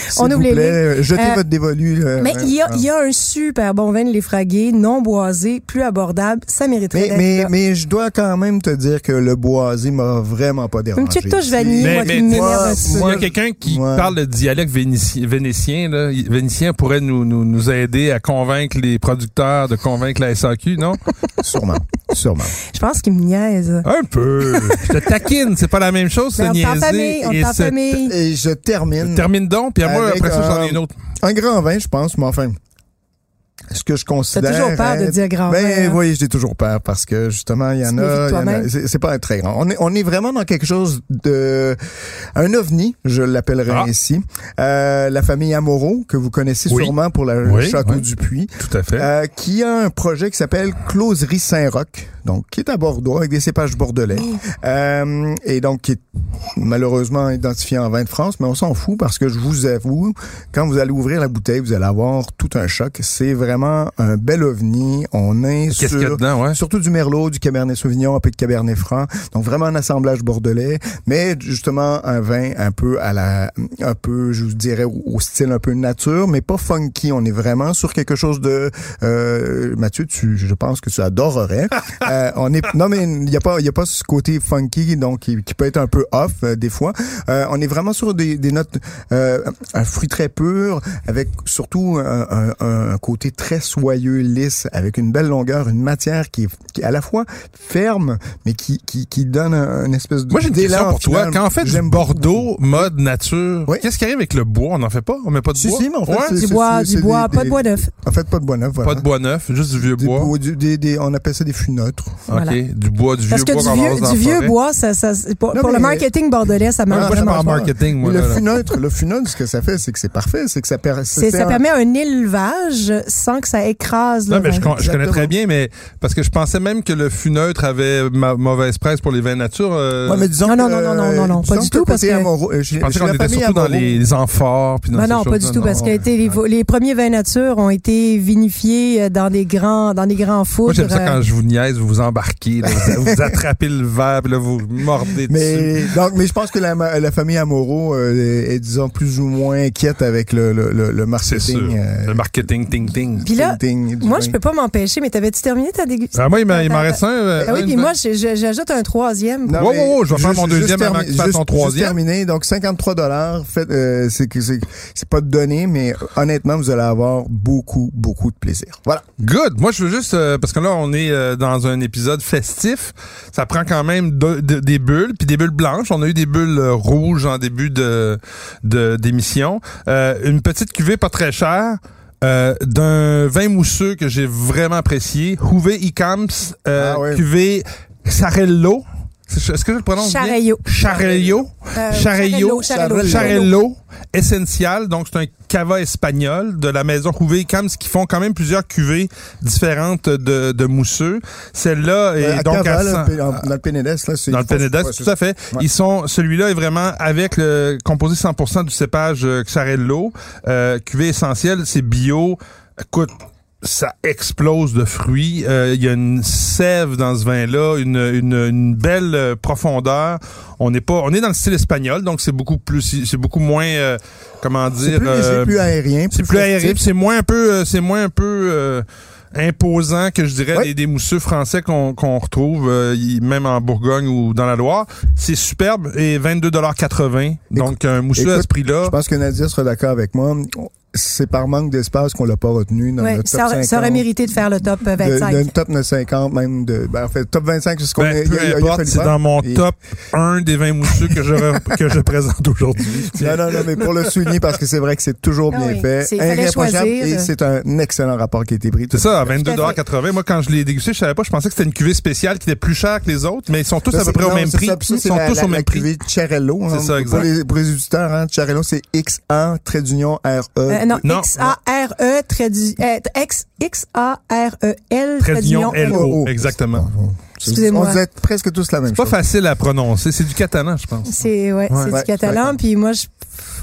Speaker 5: S'il
Speaker 2: on
Speaker 5: vous
Speaker 2: oublie les lignes.
Speaker 5: plaît, jetez
Speaker 2: Euh,
Speaker 5: votre dévolu. euh,
Speaker 2: Mais
Speaker 5: hein.
Speaker 2: il y, a, il y a un super bon vin de l'effragué, non boisé, plus abordable. Ça mériterait
Speaker 5: Mais,
Speaker 2: d'être
Speaker 5: mais,
Speaker 2: là.
Speaker 5: mais je dois quand même te dire que le boisé m'a vraiment pas dérangé.
Speaker 2: Une petite touche
Speaker 5: Si-
Speaker 2: vanille,
Speaker 3: Mais-
Speaker 2: moi,
Speaker 3: mais
Speaker 2: qui m'énerve
Speaker 5: moi-
Speaker 2: un petit peu.
Speaker 3: S'il y
Speaker 5: moi-
Speaker 3: a quelqu'un qui
Speaker 5: Ouais.
Speaker 3: parle le dialecte vénitien, vénitien, là, il- vénitien pourrait nous, nous, nous aider à convaincre les producteurs de convaincre la SAQ,
Speaker 5: (laughs)
Speaker 3: non?
Speaker 5: Sûrement, sûrement.
Speaker 2: Je pense qu'il me niaise.
Speaker 3: Un peu. Je te taquine, c'est pas la même chose,
Speaker 2: Mais Ben,
Speaker 3: c'est
Speaker 2: on est en
Speaker 3: niaiser.
Speaker 2: famille, on
Speaker 3: et
Speaker 2: est en
Speaker 3: se-
Speaker 2: famille.
Speaker 5: Et je termine.
Speaker 3: Termine donc, puis à moi,
Speaker 5: Avec
Speaker 3: après ça, j'en
Speaker 5: un-
Speaker 3: ai une autre.
Speaker 5: Un grand vin, je pense, mais enfin. Ce que je
Speaker 2: T'as
Speaker 5: considère.
Speaker 2: toujours peur de
Speaker 5: être-
Speaker 2: dire grand vin,
Speaker 5: Ben
Speaker 2: hein?
Speaker 5: oui, j'ai toujours peur parce que justement, il y
Speaker 2: Tu
Speaker 5: en
Speaker 2: te méfies de
Speaker 5: a. il y en a-
Speaker 2: toi-même.
Speaker 5: c'est- C'est pas un très grand. On est, on est vraiment dans quelque chose de. Un ovni, je l'appellerai
Speaker 3: Ah.
Speaker 5: ainsi. Euh, la famille Amoreau, que vous connaissez
Speaker 3: Oui.
Speaker 5: sûrement pour la- le
Speaker 3: Oui,
Speaker 5: Château
Speaker 3: oui.
Speaker 5: du Puy.
Speaker 3: Tout à fait.
Speaker 5: Euh, qui a un projet qui s'appelle Closerie Saint-Roch, donc qui est à Bordeaux avec des cépages bordelais Euh, et donc qui est malheureusement identifié en vin de France, mais on s'en fout parce que je vous avoue, quand vous allez ouvrir la bouteille, vous allez avoir tout un choc. C'est vraiment un bel ovni. On est
Speaker 3: Qu'est-ce
Speaker 5: sur
Speaker 3: qu'il y a dedans, ouais?
Speaker 5: Surtout du Merlot, du Cabernet Sauvignon, un peu de Cabernet Franc. Donc vraiment un assemblage bordelais, mais justement un vin un peu à la, un peu, je vous dirais, au au style un peu nature, mais pas funky. On est vraiment sur quelque chose de, euh, Mathieu, tu, je pense que tu adorerais. Euh, on est, non mais il y a pas, il y a pas ce côté funky donc qui, qui peut être un peu off euh, des fois. Euh, on est vraiment sur des, des notes, euh, un fruit très pur avec surtout un, un- un côté très soyeux, lisse, avec une belle longueur, une matière qui est, qui est à la fois ferme, mais qui, qui, qui donne un, un espèce de.
Speaker 3: Moi, j'ai une question
Speaker 5: d'élan
Speaker 3: pour toi.
Speaker 5: final.
Speaker 3: Quand on fait du
Speaker 5: J'aime
Speaker 3: Bordeaux, mode, nature,
Speaker 5: Oui.
Speaker 3: qu'est-ce qui arrive avec le bois? On n'en fait pas? On met pas de
Speaker 5: Si,
Speaker 3: bois?
Speaker 5: si, mais en fait,
Speaker 3: Ouais,
Speaker 5: c'est-
Speaker 2: Du
Speaker 5: c'est-
Speaker 2: bois,
Speaker 5: c'est-
Speaker 2: du
Speaker 5: c'est
Speaker 2: bois,
Speaker 5: des-
Speaker 2: pas de bois neuf.
Speaker 5: En fait, pas de bois neuf, voilà.
Speaker 3: Pas de bois neuf, juste du vieux
Speaker 5: Des
Speaker 3: bois.
Speaker 5: bois- du- des- des- on appelle ça des funeutres.
Speaker 2: Voilà.
Speaker 3: OK. Du bois, du vieux
Speaker 2: Parce que
Speaker 3: bois
Speaker 2: du
Speaker 3: qu'on
Speaker 2: vieux,
Speaker 3: ramasse dans
Speaker 2: du
Speaker 3: la
Speaker 2: vieux
Speaker 3: forêt.
Speaker 2: bois, ça, ça, c'est pour,
Speaker 5: Non,
Speaker 2: pour le
Speaker 5: mais-
Speaker 2: marketing bordelais, ça
Speaker 3: Ah,
Speaker 2: marche.
Speaker 3: moi, je
Speaker 5: ça
Speaker 3: suis en
Speaker 5: marche pas.
Speaker 3: marketing, moi.
Speaker 5: Mais
Speaker 3: là,
Speaker 5: le
Speaker 3: là.
Speaker 5: funeutre, le funeutre, ce que ça fait, c'est que c'est parfait, c'est que ça, per-
Speaker 2: C'est-
Speaker 5: c'est
Speaker 2: ça
Speaker 5: un-
Speaker 2: permet un élevage sans que ça écrase le
Speaker 3: Non, mais
Speaker 2: vin.
Speaker 3: je, con- je connais
Speaker 5: Exactement.
Speaker 3: très bien, mais parce que je pensais même que le funeutre avait ma- mauvaise presse pour les vins nature. euh,
Speaker 5: Ouais, mais disons
Speaker 2: Non, non,
Speaker 5: que,
Speaker 2: non, non, non,
Speaker 5: euh,
Speaker 2: non, non, pas
Speaker 5: disons
Speaker 2: du
Speaker 5: que
Speaker 2: tout, parce
Speaker 5: côté
Speaker 2: que-
Speaker 5: Amoraux- euh, chez-
Speaker 3: je pensais
Speaker 5: chez
Speaker 3: qu'on
Speaker 5: la
Speaker 3: était
Speaker 5: famille
Speaker 3: surtout dans
Speaker 5: Amoraux-
Speaker 3: les amphores. Puis dans
Speaker 2: Bah Non,
Speaker 3: ces
Speaker 2: non, pas du
Speaker 3: choses-là.
Speaker 2: tout, parce que été- les, vo- les premiers vins nature ont été vinifiés euh, dans des grands, dans des grands euh,
Speaker 3: Moi,
Speaker 2: fours.
Speaker 3: j'aime ça quand je vous niaise, vous vous embarquez, là, vous, vous attrapez le verre, puis là, vous mordez dessus.
Speaker 5: Mais donc, mais je pense que la, ma- la famille Amoro est, est, disons plus ou moins inquiète avec le le le, le
Speaker 3: C'est sûr.
Speaker 5: marketing. euh,
Speaker 3: Le marketing, ting, ting.
Speaker 2: Puis là,
Speaker 5: marketing du
Speaker 2: moi,
Speaker 5: vin.
Speaker 2: je peux pas m'empêcher, mais t'avais-tu terminé ta dégustation?
Speaker 3: Ah, moi, il m'en il
Speaker 2: Attends,
Speaker 3: m'en reste un. euh,
Speaker 2: Ah oui,
Speaker 3: une
Speaker 2: puis
Speaker 3: fois.
Speaker 2: moi, j'ai- j'ai- j'ajoute un troisième.
Speaker 5: Non,
Speaker 3: Wow,
Speaker 5: mais
Speaker 3: wow, wow, je vais faire mon deuxième
Speaker 5: termi-
Speaker 3: avant que tu fasses ton
Speaker 5: juste-
Speaker 3: troisième.
Speaker 5: Juste terminé. Donc, 53 dollars. Euh, c'est que c'est c'est pas de données, mais honnêtement, vous allez avoir beaucoup, beaucoup de plaisir. Voilà.
Speaker 3: Good. Moi, je veux juste euh, parce que là, on est euh, dans un épisode festif. Ça prend quand même de- de- des bulles, puis des bulles blanches. On a eu des bulles euh, rouges en début de de- d'émission. Euh, une petite cuvée pas très chère. euh, d'un vin mousseux que j'ai vraiment apprécié, Houvet Icamps, euh,
Speaker 5: Ah oui.
Speaker 3: cuvée Sarello. C'est- Est-ce que je le prononce bien?
Speaker 2: Charello.
Speaker 3: Charello.
Speaker 2: Euh,
Speaker 3: Charello.
Speaker 2: Charello.
Speaker 3: Charello. Essential. Donc, c'est un cava espagnol de la maison Rouvet Cams qui font quand même plusieurs cuvées différentes de, de mousseux. Celle-là est
Speaker 5: Euh, à
Speaker 3: donc à
Speaker 5: Cava,
Speaker 3: 100
Speaker 5: là, p- en- dans le Pénédès, là, c'est
Speaker 3: dans le E Penedès,
Speaker 5: Ouais,
Speaker 3: tout à fait.
Speaker 5: Ouais.
Speaker 3: Ils sont, celui-là est vraiment avec le composé 100% du cépage euh, Xarello, euh, cuvée essentielle, c'est bio. Écoute, ça explose de fruits. Euh, Il y a une sève dans ce vin-là, une, une, une belle euh, profondeur. On n'est pas, on est dans le style espagnol, donc c'est beaucoup plus, c'est beaucoup moins, euh, comment
Speaker 5: C'est
Speaker 3: dire,
Speaker 5: plus
Speaker 3: euh,
Speaker 5: léger, plus aérien.
Speaker 3: c'est plus aéré,
Speaker 5: festif.
Speaker 3: puis c'est moins un peu, euh, c'est moins un peu euh, imposant que je dirais
Speaker 5: Oui.
Speaker 3: des, des mousseux français qu'on qu'on retrouve euh, y- même en Bourgogne ou dans la Loire. C'est superbe et 22,80 Donc un mousseux à
Speaker 5: écoute,
Speaker 3: ce prix-là.
Speaker 5: Je pense que Nadia sera d'accord avec moi. C'est par manque d'espace qu'on l'a pas retenu dans
Speaker 2: Ouais,
Speaker 5: notre top
Speaker 2: ça, aurait-
Speaker 5: 50.
Speaker 2: ça aurait mérité de faire le top euh,
Speaker 5: de,
Speaker 2: 25.
Speaker 5: de top 50, même de. Ben, en fait, top 25, c'est ce qu'on
Speaker 3: ben,
Speaker 5: est.
Speaker 3: peu importe, c'est dans mon
Speaker 5: Et-
Speaker 3: top 1 des 20 mousseux que je
Speaker 5: (laughs)
Speaker 3: re- que je présente aujourd'hui.
Speaker 5: Non, non, non, mais pour le souligner, parce que c'est vrai que c'est toujours
Speaker 2: Ah
Speaker 5: bien
Speaker 2: oui, c'est-
Speaker 5: fait.
Speaker 2: il fallait
Speaker 5: Irréprochable.
Speaker 2: choisir.
Speaker 5: Et c'est un excellent rapport qui a été pris.
Speaker 3: C'est ça, à
Speaker 2: Tout
Speaker 3: 22,80 Moi, quand je l'ai dégusté, je savais pas. Je pensais que c'était une cuvée spéciale qui était plus chère que les autres, mais ils sont tous à peu près au
Speaker 5: Non,
Speaker 3: même
Speaker 5: c'est
Speaker 3: prix.
Speaker 5: ça, puis ça,
Speaker 3: Ils
Speaker 5: c'est
Speaker 3: sont
Speaker 5: la-
Speaker 3: tous
Speaker 5: la-
Speaker 3: au même
Speaker 5: la
Speaker 3: prix.
Speaker 5: cuvée Cherello.
Speaker 3: C'est
Speaker 5: hein,
Speaker 3: ça,
Speaker 5: pour
Speaker 3: exact.
Speaker 5: les- Pour les auditeurs, hein, Cherello, c'est X-A, trait d'union, E. R-E.
Speaker 2: Euh, non,
Speaker 3: Non.
Speaker 2: X-A-R-E, trait du- euh, X- E X-A-R-E-L, trait d'union,
Speaker 3: L
Speaker 5: LO.
Speaker 3: Exactement.
Speaker 2: Excusez-moi.
Speaker 5: On disait presque tous la même
Speaker 3: C'est pas
Speaker 5: chose.
Speaker 3: facile à prononcer. C'est du catalan, je pense.
Speaker 2: C'est ouais, c'est
Speaker 5: Ouais,
Speaker 2: du catalan.
Speaker 5: d'accord.
Speaker 2: Puis moi, je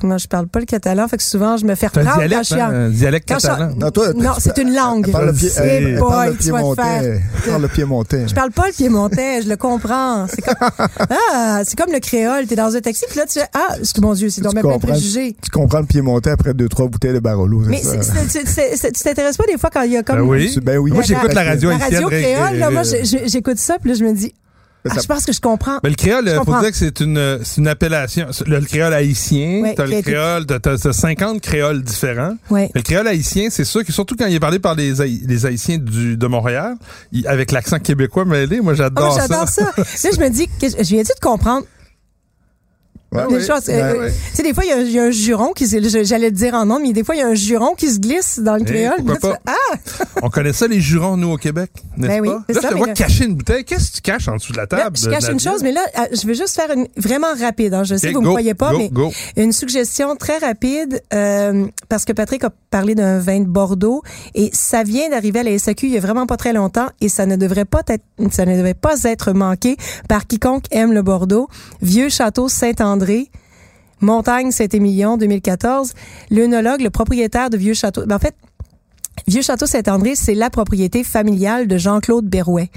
Speaker 2: moi, je parle pas le catalan, fait que souvent, je me fais
Speaker 3: C'est un
Speaker 2: reprendre quand je
Speaker 3: dialecte,
Speaker 2: suis
Speaker 3: hein,
Speaker 2: en...
Speaker 3: un dialecte
Speaker 2: quand je suis en-
Speaker 3: catalan.
Speaker 5: Non, toi,
Speaker 2: Non,
Speaker 5: tu-
Speaker 2: c'est une langue.
Speaker 5: Elle parle le pied-
Speaker 2: C'est
Speaker 5: elle- elle
Speaker 2: boy,
Speaker 5: parle le
Speaker 2: tu vas te
Speaker 5: piémontais. Elle parle le piémontais.
Speaker 2: Je parle pas le piémontais, je le comprends. C'est comme,
Speaker 5: (laughs)
Speaker 2: ah, c'est comme le créole. T'es dans un taxi, puis là, tu fais, ah, c'est- mon Dieu, c'est donc
Speaker 5: Tu
Speaker 2: même plein de
Speaker 5: comprends-
Speaker 2: préjugés.
Speaker 5: Tu comprends le piémontais après deux, trois bouteilles de Barolo. c'est
Speaker 2: Mais
Speaker 5: ça?
Speaker 2: c'est- c'est- c'est- c'est- tu t'intéresses pas des fois quand il y a comme
Speaker 3: Ben oui.
Speaker 5: Ben oui.
Speaker 3: Moi, j'écoute la radio
Speaker 2: la
Speaker 3: haïtienne.
Speaker 2: radio
Speaker 3: ré-
Speaker 2: créole. là,
Speaker 3: ré- Ben,
Speaker 2: moi, je- je- j'écoute ça, puis là, je me dis, ah,
Speaker 5: Ça-
Speaker 2: je pense que je comprends.
Speaker 3: Mais le créole,
Speaker 2: Je
Speaker 3: il faut
Speaker 2: comprends.
Speaker 3: dire que c'est une, c'est une appellation. Le, le créole haïtien,
Speaker 2: Ouais,
Speaker 3: t'as
Speaker 2: qui a
Speaker 3: le
Speaker 2: été-
Speaker 3: créole, t'as- t'as t'as 50 créoles différents.
Speaker 2: Ouais.
Speaker 3: Mais le créole haïtien, c'est sûr que surtout quand il est parlé par les, Haï- les haïtiens du, de Montréal, il- avec l'accent québécois mêlé, moi
Speaker 2: Ah, moi,
Speaker 3: j'adore ça.
Speaker 2: j'adore ça. là, je me dis, que je je viens-tu de comprendre?
Speaker 5: Ouais,
Speaker 2: des
Speaker 5: ouais.
Speaker 2: choses, euh,
Speaker 5: Ouais, ouais.
Speaker 2: euh, Tu sais, des fois, il y a- il y, a un juron qui se- je- J'allais le dire en nom, mais des fois, il y a un juron qui se glisse dans le créole.
Speaker 3: pourquoi
Speaker 2: puis là, tu
Speaker 3: pas?
Speaker 2: fais, ah,
Speaker 3: On connaît ça, les jurons, nous, au Québec, n'est-ce
Speaker 2: Ben oui,
Speaker 3: pas?
Speaker 2: c'est
Speaker 3: Là,
Speaker 2: ça,
Speaker 3: je te
Speaker 2: mais
Speaker 3: vois
Speaker 2: là-
Speaker 3: cacher une bouteille. Qu'est-ce que tu caches en dessous de la
Speaker 2: ah!
Speaker 3: table?
Speaker 2: Là, je cache une
Speaker 3: Nadia?
Speaker 2: chose, mais là, euh, je vais juste faire une vraiment rapide. hein. Je sais
Speaker 3: Ok,
Speaker 2: que vous ne
Speaker 3: go,
Speaker 2: me voyez pas,
Speaker 3: go,
Speaker 2: mais euh,
Speaker 3: go.
Speaker 2: une suggestion très rapide, euh, parce que Patrick a parlé d'un vin de Bordeaux, et ça vient d'arriver à la SAQ il y a vraiment pas très longtemps, et ça ne devrait pas être, ça ne devrait pas être manqué par quiconque aime le Bordeaux. Vieux Château Saint-André, Montagne Saint-Émilion 2014, l'œnologue, le propriétaire de Vieux Château. ben, en fait, Vieux Château Saint-André, c'est la propriété familiale de Jean-Claude Berouet.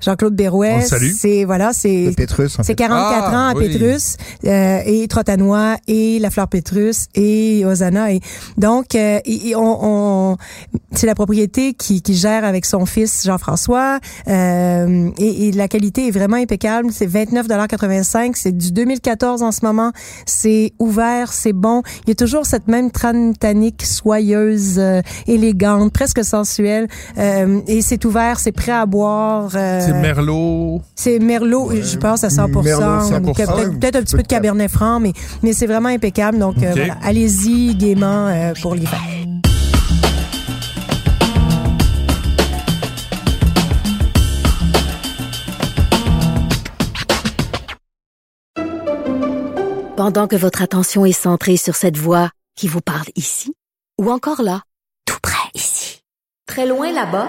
Speaker 2: Jean-Claude
Speaker 3: On le
Speaker 2: Berouet,
Speaker 3: salue.
Speaker 2: c'est voilà, c'est
Speaker 5: Le Pétrus, en
Speaker 2: c'est
Speaker 5: fait.
Speaker 2: 44
Speaker 3: Ah,
Speaker 2: ans à
Speaker 3: oui.
Speaker 2: Pétrus euh, et Trotanois et La Fleur Pétrus et Hosanna. Et donc, euh, et- et on, on- c'est la propriété qui, qui gère avec son fils Jean-François euh, et, et la qualité est vraiment impeccable. C'est 29,85 C'est du 2014 en ce moment. C'est ouvert, c'est bon. Il y a toujours cette même trantanique soyeuse, euh, élégante, presque sensuel. Euh, et c'est ouvert, c'est prêt à boire. euh,
Speaker 3: C'est Merlot.
Speaker 2: c'est Merlot, je pense, à 100
Speaker 5: Merlot, 100%.
Speaker 2: ou que
Speaker 5: Ah ouais,
Speaker 2: Peut-être peut-être un
Speaker 5: tu
Speaker 2: petit
Speaker 5: peux
Speaker 2: peu de Cabernet Franc, mais, mais c'est vraiment impeccable. Donc, euh,
Speaker 3: Ok.
Speaker 2: voilà, allez-y gaiement euh, pour les fêtes.
Speaker 1: Pendant que votre attention est centrée sur cette voix qui vous parle ici, ou encore là, tout près ici, très loin là-bas,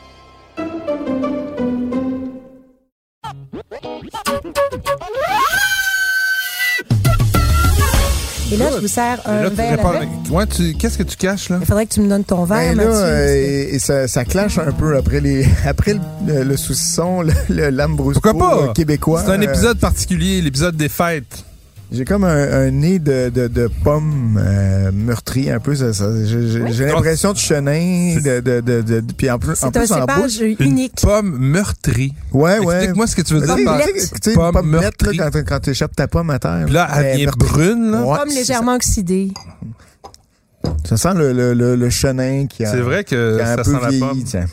Speaker 2: Et là, je vous sers
Speaker 3: Et
Speaker 2: un
Speaker 3: là, tu
Speaker 2: verre
Speaker 3: réponds
Speaker 2: avec.
Speaker 3: avec- Ouais, tu- Qu'est-ce que tu caches, là?
Speaker 2: Il faudrait que tu me donnes ton verre,
Speaker 5: Ben là,
Speaker 2: Mathieu.
Speaker 5: euh, et, et ça, ça clash un peu après les (laughs) après le, le saucisson, le, le lambrusco
Speaker 3: Pourquoi pas?
Speaker 5: euh, québécois.
Speaker 3: C'est un
Speaker 5: Euh,
Speaker 3: épisode particulier, l'épisode des fêtes.
Speaker 5: J'ai comme un, un nez de, de, de pomme euh, meurtrie un peu. ça- ça- j'ai- j'ai j'ai l'impression de chenin, de, de, de, de, de- puis en plus, en,
Speaker 2: C'est un
Speaker 5: plus en
Speaker 2: cépage
Speaker 5: bouche.
Speaker 2: unique.
Speaker 3: Une pomme meurtrie.
Speaker 5: Ouais, Eh ouais.
Speaker 3: Explique-moi ce que tu veux
Speaker 5: Mais
Speaker 3: dire
Speaker 5: tu sais,
Speaker 3: par
Speaker 5: tu sais, tu sais, une
Speaker 3: pomme
Speaker 5: pomme nette,
Speaker 3: meurtrie.
Speaker 5: là, quand, quand tu échappes ta pomme à terre.
Speaker 3: Puis là, elle
Speaker 5: mais
Speaker 3: devient
Speaker 5: meurtrie.
Speaker 3: brune, là.
Speaker 5: Ouais,
Speaker 2: Pomme
Speaker 5: c'est
Speaker 2: légèrement oxydée.
Speaker 5: Ça, ça sent le, le, le, le chenin qui a,
Speaker 3: C'est vrai que
Speaker 5: euh, qui a un
Speaker 3: ça
Speaker 5: peu
Speaker 3: sent la
Speaker 5: vieilli.
Speaker 3: pomme.
Speaker 5: tiens.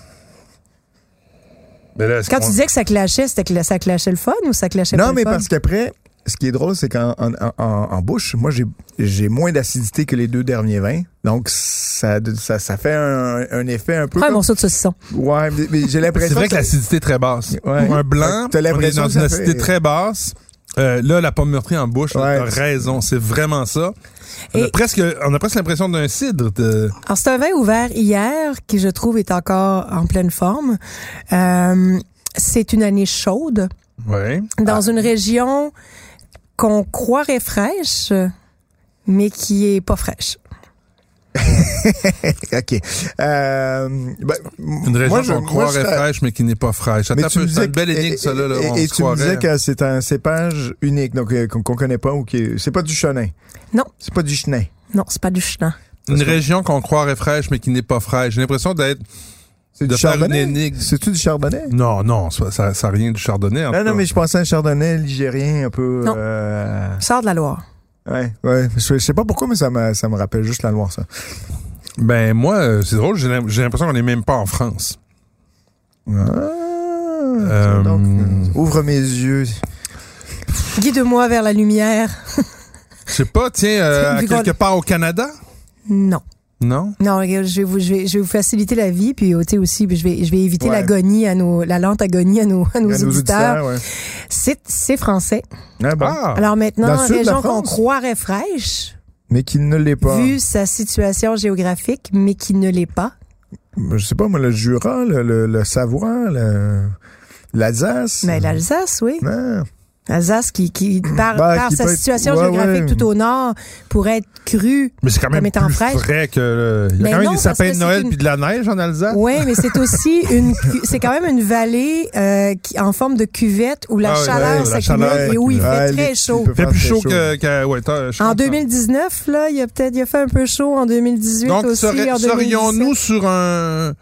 Speaker 3: Mais là, est-ce
Speaker 2: Quand
Speaker 3: qu'on-
Speaker 2: tu disais que ça clashait, c'était que la- ça clashait le fun ou ça clashait pas
Speaker 5: Non,
Speaker 2: le
Speaker 5: mais
Speaker 2: fun?
Speaker 5: parce qu'après, ce qui est drôle, c'est qu'en en, en- en- en bouche, moi, j'ai- j'ai moins d'acidité que les deux derniers vins. Donc, ça, ça, ça fait un, un effet un peu.
Speaker 2: Prends un
Speaker 5: comme-
Speaker 2: morceau de saucisson.
Speaker 5: Ouais, mais, mais j'ai
Speaker 3: C'est
Speaker 5: l'impression.
Speaker 3: vrai que
Speaker 5: ça-
Speaker 3: l'acidité est très basse.
Speaker 5: Ouais.
Speaker 3: Pour un blanc, on
Speaker 5: T'as
Speaker 3: est
Speaker 5: l'impression
Speaker 3: dans
Speaker 5: que ça
Speaker 3: une
Speaker 5: fait-
Speaker 3: acidité très basse. Euh, là, la pomme meurtrie en bouche, là,
Speaker 5: Ouais.
Speaker 3: t'as raison, c'est vraiment ça. On a
Speaker 2: Et-
Speaker 3: presque, on a presque l'impression d'un cidre. de-
Speaker 2: Alors, c'est un vin ouvert hier qui, je trouve, est encore en pleine forme. Euh, c'est une année chaude
Speaker 3: Ouais.
Speaker 2: dans
Speaker 5: Ah.
Speaker 2: une région qu'on croirait fraîche, mais qui est pas fraîche.
Speaker 5: OK. Euh, ben,
Speaker 3: Une
Speaker 5: moi,
Speaker 3: région
Speaker 5: je-
Speaker 3: qu'on
Speaker 5: moi, je
Speaker 3: croirait
Speaker 5: serais-
Speaker 3: fraîche, mais qui n'est pas fraîche. Attends
Speaker 5: Mais
Speaker 3: un
Speaker 5: tu me
Speaker 3: peu,
Speaker 5: disais
Speaker 3: C'est une belle
Speaker 5: que-
Speaker 3: énigme,
Speaker 5: et-
Speaker 3: ça, là. là,
Speaker 5: et-
Speaker 3: on
Speaker 5: et
Speaker 3: se
Speaker 5: tu me disais
Speaker 3: croirait.
Speaker 5: que c'est un cépage unique, donc euh, qu'on qu'on connaît pas ou qui est- c'est pas du chenin.
Speaker 2: Non.
Speaker 5: C'est pas du chenin.
Speaker 2: Non, c'est pas du chenin.
Speaker 3: Une région qu'on croirait fraîche, mais qui n'est pas fraîche. J'ai l'impression d'être,
Speaker 5: C'est
Speaker 3: de
Speaker 5: du
Speaker 3: faire une
Speaker 5: chardonnay.
Speaker 3: énigme.
Speaker 5: C'est-tu du chardonnay?
Speaker 3: Non, non, ça, ça, ça a rien du chardonnay. en
Speaker 5: Non,
Speaker 3: tout
Speaker 5: non,
Speaker 3: cas.
Speaker 5: mais je pensais à un chardonnay ligérien un peu.
Speaker 2: Non.
Speaker 5: euh,
Speaker 2: Sort de la Loire.
Speaker 5: Ouais, ouais. Je, je sais pas pourquoi, mais ça me, ça me rappelle juste la Loire, ça.
Speaker 3: Ben, moi, euh, c'est drôle, j'ai l'im- j'ai l'impression qu'on n'est même pas en France. Euh,
Speaker 5: Ah, Donc, euh, ouvre mes yeux.
Speaker 2: Guide-moi vers la lumière.
Speaker 3: Je sais pas, tiens, euh,
Speaker 2: Vu
Speaker 3: à
Speaker 2: qu'on-
Speaker 3: quelque part au Canada?
Speaker 2: Non.
Speaker 3: Non?
Speaker 2: Non, regarde, je vais vous, je vais, je vais vous faciliter la vie, puis euh, tu sais aussi, puis je vais, je vais éviter
Speaker 5: Ouais.
Speaker 2: l'agonie à nos, la lente agonie à nos, à nos
Speaker 5: À nos
Speaker 2: auditeurs.
Speaker 5: auditeurs, ouais.
Speaker 2: C'est, c'est français.
Speaker 5: Ah, bon.
Speaker 3: Ah!
Speaker 2: Alors maintenant,
Speaker 5: Dans le sud de
Speaker 2: région
Speaker 5: la
Speaker 2: qu'on
Speaker 5: France.
Speaker 2: croirait fraîche,
Speaker 5: Mais qui ne l'est pas.
Speaker 2: vu sa situation géographique, mais qui ne l'est pas. Ben,
Speaker 5: Je sais pas, moi, le Jura, le, le, le Savoie, le- l'Alsace. Ah.
Speaker 2: Mais l'Alsace, oui.
Speaker 5: Non.
Speaker 2: L'Alsace qui,
Speaker 3: (clears throat)
Speaker 2: qui par,
Speaker 3: Ben,
Speaker 5: Bah,
Speaker 2: par
Speaker 5: qui
Speaker 2: sa
Speaker 5: peut être-
Speaker 2: situation
Speaker 5: ouais,
Speaker 2: géographique
Speaker 5: ouais.
Speaker 2: tout au nord, pourrait être crue.
Speaker 3: Ah, Mais c'est quand même
Speaker 2: Comme étant
Speaker 3: plus
Speaker 2: fraîche.
Speaker 3: frais que le- Il y a
Speaker 2: Ben
Speaker 3: quand même
Speaker 2: non,
Speaker 3: des
Speaker 2: parce
Speaker 3: sapins
Speaker 2: que
Speaker 3: de
Speaker 2: c'est
Speaker 3: Noël
Speaker 2: une-
Speaker 3: puis de la neige en Alsace.
Speaker 2: Oui, mais c'est aussi une,
Speaker 3: (laughs)
Speaker 2: cu- c'est quand même une vallée euh, qui, en forme de cuvette où la
Speaker 3: Ah ouais,
Speaker 2: chaleur
Speaker 3: ouais, la
Speaker 2: s'accumule
Speaker 3: chaleur Ah,
Speaker 2: et où il fait
Speaker 5: Ouais,
Speaker 2: très
Speaker 5: les-
Speaker 2: chaud.
Speaker 5: il peut
Speaker 3: Il fait
Speaker 5: faire
Speaker 3: plus
Speaker 5: très
Speaker 3: chaud que, que- ouais, t'as- je
Speaker 2: En
Speaker 3: comprends.
Speaker 2: 2019, là, il a peut-être, il a fait un peu chaud en 2018
Speaker 3: Donc,
Speaker 2: aussi.
Speaker 3: serait-
Speaker 2: en 2017.
Speaker 3: serions-nous sur un,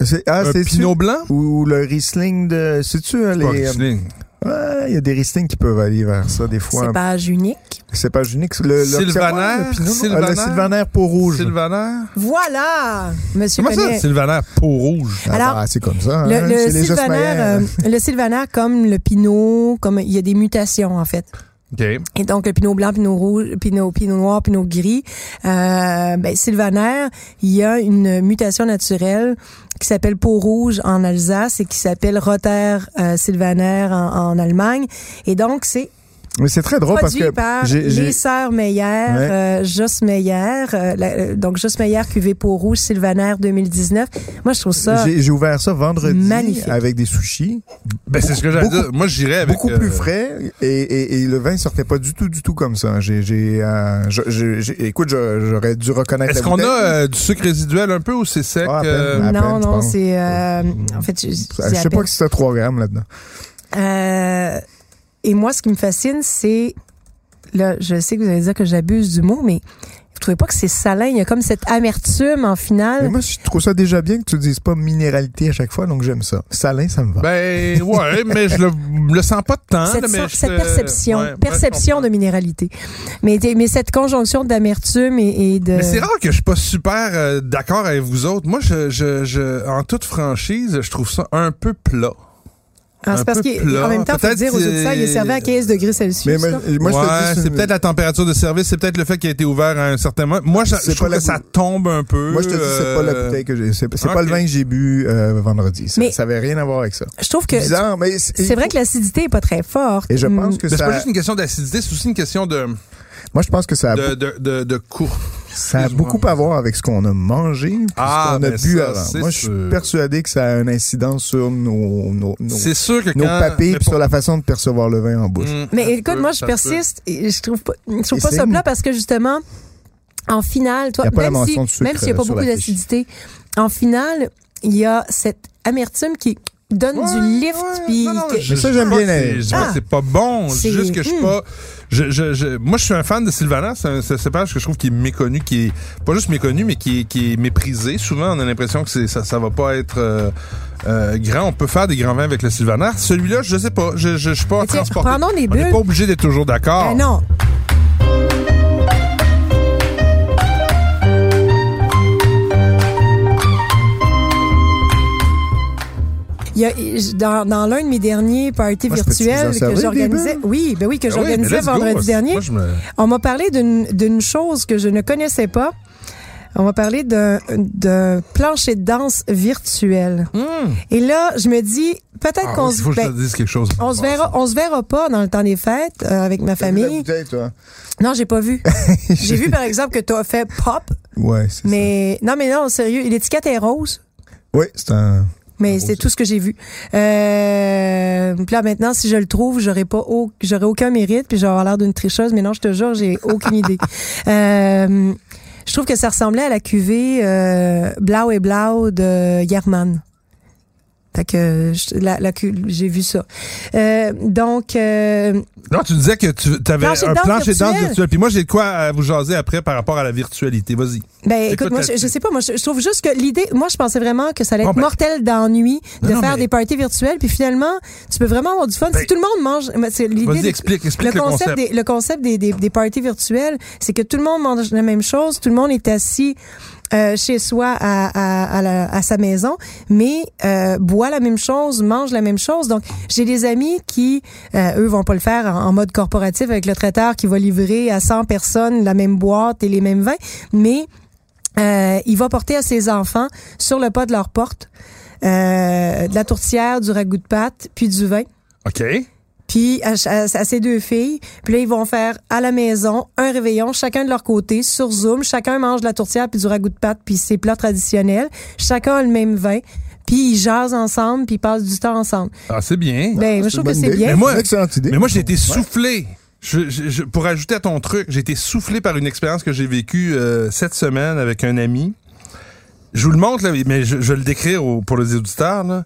Speaker 5: C'est- Ah,
Speaker 3: un
Speaker 5: c'est
Speaker 3: euh, pinot blanc?
Speaker 5: Ou le Riesling de. Sais-tu, hein,
Speaker 3: Pas
Speaker 5: les.
Speaker 3: Riesling.
Speaker 5: Ouais, il y a des Riesling qui peuvent aller vers ça, des fois.
Speaker 2: Cépage unique.
Speaker 5: C'est pas unique. Le, le-
Speaker 3: Sylvaner,
Speaker 5: le Pinot-
Speaker 3: Sylvaner.
Speaker 5: Ah, le Sylvaner peau rouge.
Speaker 3: Sylvaner?
Speaker 2: Voilà! Monsieur
Speaker 3: Comment ça?
Speaker 2: Benet.
Speaker 3: Sylvaner peau rouge.
Speaker 5: Ah,
Speaker 2: Alors,
Speaker 5: bah, c'est comme ça.
Speaker 2: Le,
Speaker 5: hein,
Speaker 2: le
Speaker 5: c'est les
Speaker 2: sylvaner,
Speaker 5: Osmaïens.
Speaker 2: euh, le sylvaner, comme le pinot, comme il y a des mutations en fait.
Speaker 3: OK. Ben,
Speaker 2: Et donc le pinot blanc, pinot rouge, pinot, pinot noir, pinot gris, euh, ben, sylvaner, il y a une mutation naturelle qui s'appelle peau rouge en Alsace et qui s'appelle roter euh, sylvaner en, en Allemagne. Et donc c'est
Speaker 5: Mais c'est très drôle Oh, parce
Speaker 2: produit
Speaker 5: que.
Speaker 2: par
Speaker 5: j'ai- j'ai-
Speaker 2: les sœurs Meyer, euh, Joss Meyer, euh, la- euh, donc Joss Meyer cuvée peau rouge sylvaner 2019. Moi je trouve ça
Speaker 5: J'ai j'ai ouvert ça vendredi
Speaker 2: Magnifique.
Speaker 5: avec des sushis,
Speaker 3: Ben, c'est ce que j'allais
Speaker 5: Beaucoup-
Speaker 3: dire. Moi, j'irais avec.
Speaker 5: beaucoup
Speaker 3: euh,
Speaker 5: plus frais, et, et, et le vin sortait pas du tout, du tout comme ça. J'ai, j'ai, euh, je- je- j'ai- écoute, je- j'aurais dû reconnaître.
Speaker 3: Est-ce
Speaker 5: la
Speaker 3: qu'on a
Speaker 5: bouteille.
Speaker 3: euh, du sucre résiduel un peu ou c'est sec?
Speaker 5: Ah, à peine.
Speaker 3: euh,
Speaker 5: à
Speaker 2: non,
Speaker 5: peine, je
Speaker 2: non,
Speaker 5: pense.
Speaker 2: c'est. euh, en fait, je,
Speaker 5: Je
Speaker 2: c'est à
Speaker 5: sais pas
Speaker 2: peine.
Speaker 5: que c'était 3 grammes là-dedans.
Speaker 2: Euh, et moi, ce qui me fascine, c'est là, je sais que vous allez dire que j'abuse du mot, mais vous trouvez pas que c'est salin? Il y a comme cette amertume en
Speaker 5: Mais
Speaker 2: finale.
Speaker 5: moi, je trouve ça déjà bien que tu dises pas minéralité à chaque fois, donc j'aime ça. Salin, ça me va.
Speaker 3: Ben, ouais, mais je le, le sens pas de temps.
Speaker 2: cette,
Speaker 3: là, mais
Speaker 2: sor-
Speaker 3: je-
Speaker 2: cette
Speaker 3: euh,
Speaker 2: perception,
Speaker 3: ouais, ouais,
Speaker 2: perception
Speaker 3: je comprends.
Speaker 2: de minéralité. Mais, t'es- mais cette conjonction d'amertume et, et de...
Speaker 3: Mais c'est rare que je suis pas super euh, d'accord avec vous autres. Moi, je, je, je, en toute franchise, je trouve ça un peu plat.
Speaker 2: Ah, c'est
Speaker 3: un
Speaker 2: parce
Speaker 3: peu
Speaker 2: qu'en
Speaker 3: plat.
Speaker 2: même temps, faut
Speaker 3: Peut-être
Speaker 2: dire aux auditeurs, il est servi à 15 degrés Celsius.
Speaker 5: Mais moi,
Speaker 2: là.
Speaker 3: euh,
Speaker 5: moi, je te dis,
Speaker 3: Ben, ouais,
Speaker 5: c'est
Speaker 3: c'est
Speaker 5: une-
Speaker 3: peut-être la température de service, c'est peut-être le fait qu'il a été ouvert à un certain moment. Moi, je,
Speaker 5: C'est
Speaker 3: je trouve
Speaker 5: pas la
Speaker 3: que ça
Speaker 5: bou-
Speaker 3: tombe un peu.
Speaker 5: Moi, je te dis, c'est pas la
Speaker 3: euh,
Speaker 5: bouteille que j'ai. C'est c'est pas
Speaker 3: ok.
Speaker 5: le vin que j'ai bu euh, vendredi. Ça,
Speaker 2: Mais-
Speaker 5: ça avait rien à voir avec ça.
Speaker 2: Je trouve que...
Speaker 5: Bizarre, mais
Speaker 2: C'est vrai que l'acidité est pas très forte.
Speaker 5: Et je
Speaker 2: Hmm.
Speaker 5: pense que
Speaker 3: Mais c'est
Speaker 5: ça.
Speaker 3: pas juste une question d'acidité, c'est aussi une question de,
Speaker 5: Moi, je pense que ça a,
Speaker 3: de, de, de, de cours.
Speaker 5: ça a
Speaker 3: excuse-moi.
Speaker 5: beaucoup à voir avec ce qu'on a mangé, puis
Speaker 3: Ah,
Speaker 5: ce qu'on a
Speaker 3: ben
Speaker 5: bu
Speaker 3: ça,
Speaker 5: avant.
Speaker 3: c'est
Speaker 5: Moi, je suis
Speaker 3: sûr.
Speaker 5: persuadé que ça a un incident sur nos nos, nos,
Speaker 3: C'est sûr que
Speaker 5: nos
Speaker 3: quand...
Speaker 5: papilles,
Speaker 3: mais
Speaker 5: puis sur la façon de percevoir le vin en bouche.
Speaker 3: Mm, ça
Speaker 2: Mais
Speaker 3: se
Speaker 2: écoute,
Speaker 3: peut,
Speaker 2: moi, je
Speaker 3: ça se peut.
Speaker 2: persiste. et Je trouve pas, je trouve
Speaker 5: Et
Speaker 2: pas
Speaker 5: c'est-
Speaker 2: ça plat parce que justement, en finale, toi,
Speaker 5: Y a pas la
Speaker 2: même si-
Speaker 5: mention de sucre,
Speaker 2: même s'il n'y a pas
Speaker 5: euh, sur
Speaker 2: beaucoup
Speaker 5: la fiche.
Speaker 2: d'acidité, en finale, il y a cette amertume qui donne
Speaker 3: Ouais,
Speaker 2: du lift.
Speaker 3: ouais,
Speaker 2: puis
Speaker 3: non, non,
Speaker 2: que-
Speaker 3: je-
Speaker 5: Mais ça,
Speaker 3: je
Speaker 5: j'aime
Speaker 3: dis pas
Speaker 5: bien
Speaker 3: que
Speaker 5: la-
Speaker 3: c'est- je dis pas
Speaker 2: Ah.
Speaker 3: que C'est pas bon. C'est
Speaker 2: C'est-
Speaker 3: juste que je suis
Speaker 2: hmm.
Speaker 3: pas. Je, je, je- moi, je suis un fan de Sylvana. C'est un c'est un cépage que je trouve qui est méconnu, qui est pas juste méconnu, mais qui est, qui est méprisé. Souvent, on a l'impression que c'est- ça, ça va pas être euh, euh, grand. On peut faire des grands vins avec le Sylvana. Celui-là, je sais pas. Je, je, je suis pas
Speaker 2: Mais tiens,
Speaker 3: transporté.
Speaker 2: prenons les
Speaker 3: On n'est
Speaker 2: bulles.
Speaker 3: pas obligé d'être toujours d'accord.
Speaker 2: Ben non. Il y a, je- dans dans l'un de mes derniers parties
Speaker 5: Moi, je peux-tu vous en
Speaker 2: virtuels que
Speaker 5: servir des
Speaker 2: j'organisais,
Speaker 5: bulles?
Speaker 2: oui, ben oui, que
Speaker 3: Ben oui, mais
Speaker 2: j'organisais
Speaker 3: let's go.
Speaker 2: vendredi dernier,
Speaker 3: Moi, je me-
Speaker 2: on m'a parlé d'une d'une chose que je ne connaissais pas. On m'a parlé d'un d'un plancher de danse virtuel. Et là, je me dis, peut-être
Speaker 3: Hmm. Ah
Speaker 2: qu'on
Speaker 3: oui,
Speaker 2: se
Speaker 3: faut que je
Speaker 2: ben,
Speaker 3: te dise quelque chose.
Speaker 2: on se verra, on se verra pas dans le temps des fêtes euh, avec
Speaker 3: Ben,
Speaker 2: ma
Speaker 5: T'as vu la
Speaker 2: famille.
Speaker 5: bouteille, toi?
Speaker 2: Non, j'ai pas
Speaker 5: (laughs)
Speaker 2: vu. j'ai vu par exemple que t'as fait pop,
Speaker 5: Ouais, c'est ça.
Speaker 2: mais non, mais non, sérieux, l'étiquette est rose.
Speaker 5: Oui, c'est un.
Speaker 2: Mais c'est tout ce que j'ai vu. Euh, puis là maintenant, si je le trouve, j'aurais pas au- j'aurais aucun mérite, puis j'aurais l'air d'une tricheuse. Mais non, je te jure, j'ai aucune
Speaker 5: (laughs)
Speaker 2: idée. Euh, je trouve que ça ressemblait à la cuvée euh, Blau et Blau de Yerman. Fait que je- la, la cu- j'ai vu ça. Euh, donc euh,
Speaker 3: Non, tu disais que tu avais
Speaker 2: Plancher de
Speaker 3: un
Speaker 2: danse
Speaker 3: plancher de danse
Speaker 2: virtuel.
Speaker 3: virtuel. Puis moi, j'ai de quoi à vous jaser après par rapport à la virtualité. Vas-y.
Speaker 2: Ben,
Speaker 3: Écoute,
Speaker 2: écoute, moi, je,
Speaker 3: là-dessus.
Speaker 2: je sais pas, moi, je, je trouve juste que l'idée, moi, je pensais vraiment que ça allait
Speaker 3: Bon,
Speaker 2: être
Speaker 3: ben-
Speaker 2: mortel d'ennui de
Speaker 3: Non, non,
Speaker 2: faire
Speaker 3: mais- Ben-
Speaker 2: des parties virtuelles, puis finalement, tu peux vraiment avoir du fun. si tout le monde mange, mais c'est l'idée.
Speaker 3: Vas-y,
Speaker 2: des-
Speaker 3: explique, explique le concept.
Speaker 2: Des, le concept des, des, des parties virtuelles, c'est que tout le monde mange la même chose, tout le monde est assis euh, chez soi à, à, à, la- à sa maison, mais euh, boit la même chose, mange la même chose. Donc, j'ai des amis qui, euh, eux, vont pas le faire en, en mode corporatif avec le traiteur qui va livrer à 100 personnes la même boîte et les mêmes vins, mais euh, il va porter à ses enfants sur le pas de leur porte euh, de la tourtière, du ragoût de pâte, puis du vin
Speaker 3: OK.
Speaker 2: puis à, ch- à- à ses deux filles. Puis là, ils vont faire à la maison un réveillon, chacun de leur côté, sur Zoom. Chacun mange de la tourtière puis du ragoût de pâte puis ses plats traditionnels. Chacun a le même vin. Puis ils jasent ensemble, puis ils passent du temps ensemble.
Speaker 3: Ah, c'est bien.
Speaker 2: ben, moi,
Speaker 5: une
Speaker 2: je trouve que
Speaker 5: bonne
Speaker 2: c'est
Speaker 5: idée.
Speaker 2: bien.
Speaker 3: Mais moi-
Speaker 5: C'est une excellente idée.
Speaker 3: Mais moi, j'ai été soufflé. Je- je- je- pour ajouter à ton truc, j'ai été soufflé par une expérience que j'ai vécue euh, cette semaine avec un ami. Je vous le montre, là, mais je, je vais le décrire au- pour les auditeurs. là.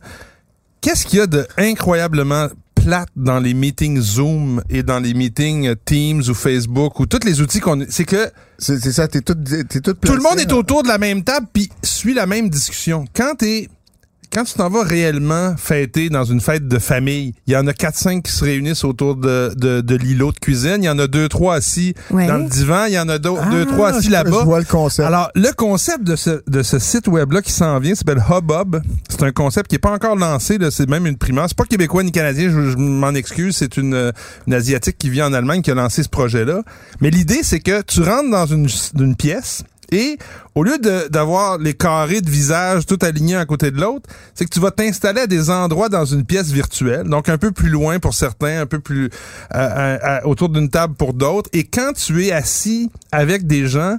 Speaker 3: Qu'est-ce qu'il y a de incroyablement plate dans les meetings Zoom et dans les meetings euh, Teams ou Facebook ou tous les outils qu'on... C'est que
Speaker 5: C'est c'est ça, t'es tout, t'es tout
Speaker 3: tout le monde
Speaker 5: placé,
Speaker 3: est
Speaker 5: là.
Speaker 3: autour de la même table puis suit la même discussion. Quand t'es quand tu t'en vas réellement fêter dans une fête de famille, il y en a 4-5 qui se réunissent autour de, de, de l'îlot de cuisine, il y en a 2-3 assis
Speaker 2: Ouais.
Speaker 3: dans le divan, il y en a
Speaker 5: Ah,
Speaker 3: 2-3 assis
Speaker 5: je-
Speaker 3: là-bas.
Speaker 5: Je vois le concept.
Speaker 3: Alors, le concept de ce, de ce site web-là qui s'en vient s'appelle Hubbub. C'est un concept qui n'est pas encore lancé, là, c'est même une primeur. C'est pas québécois ni canadien, je, je m'en excuse. C'est une, euh, une Asiatique qui vit en Allemagne qui a lancé ce projet-là. Mais l'idée, c'est que tu rentres dans une, une pièce et au lieu de- d'avoir les carrés de visage tout alignés à côté de l'autre, c'est que tu vas t'installer à des endroits dans une pièce virtuelle, donc un peu plus loin pour certains, un peu plus euh, euh, euh, autour d'une table pour d'autres. Et quand tu es assis avec des gens,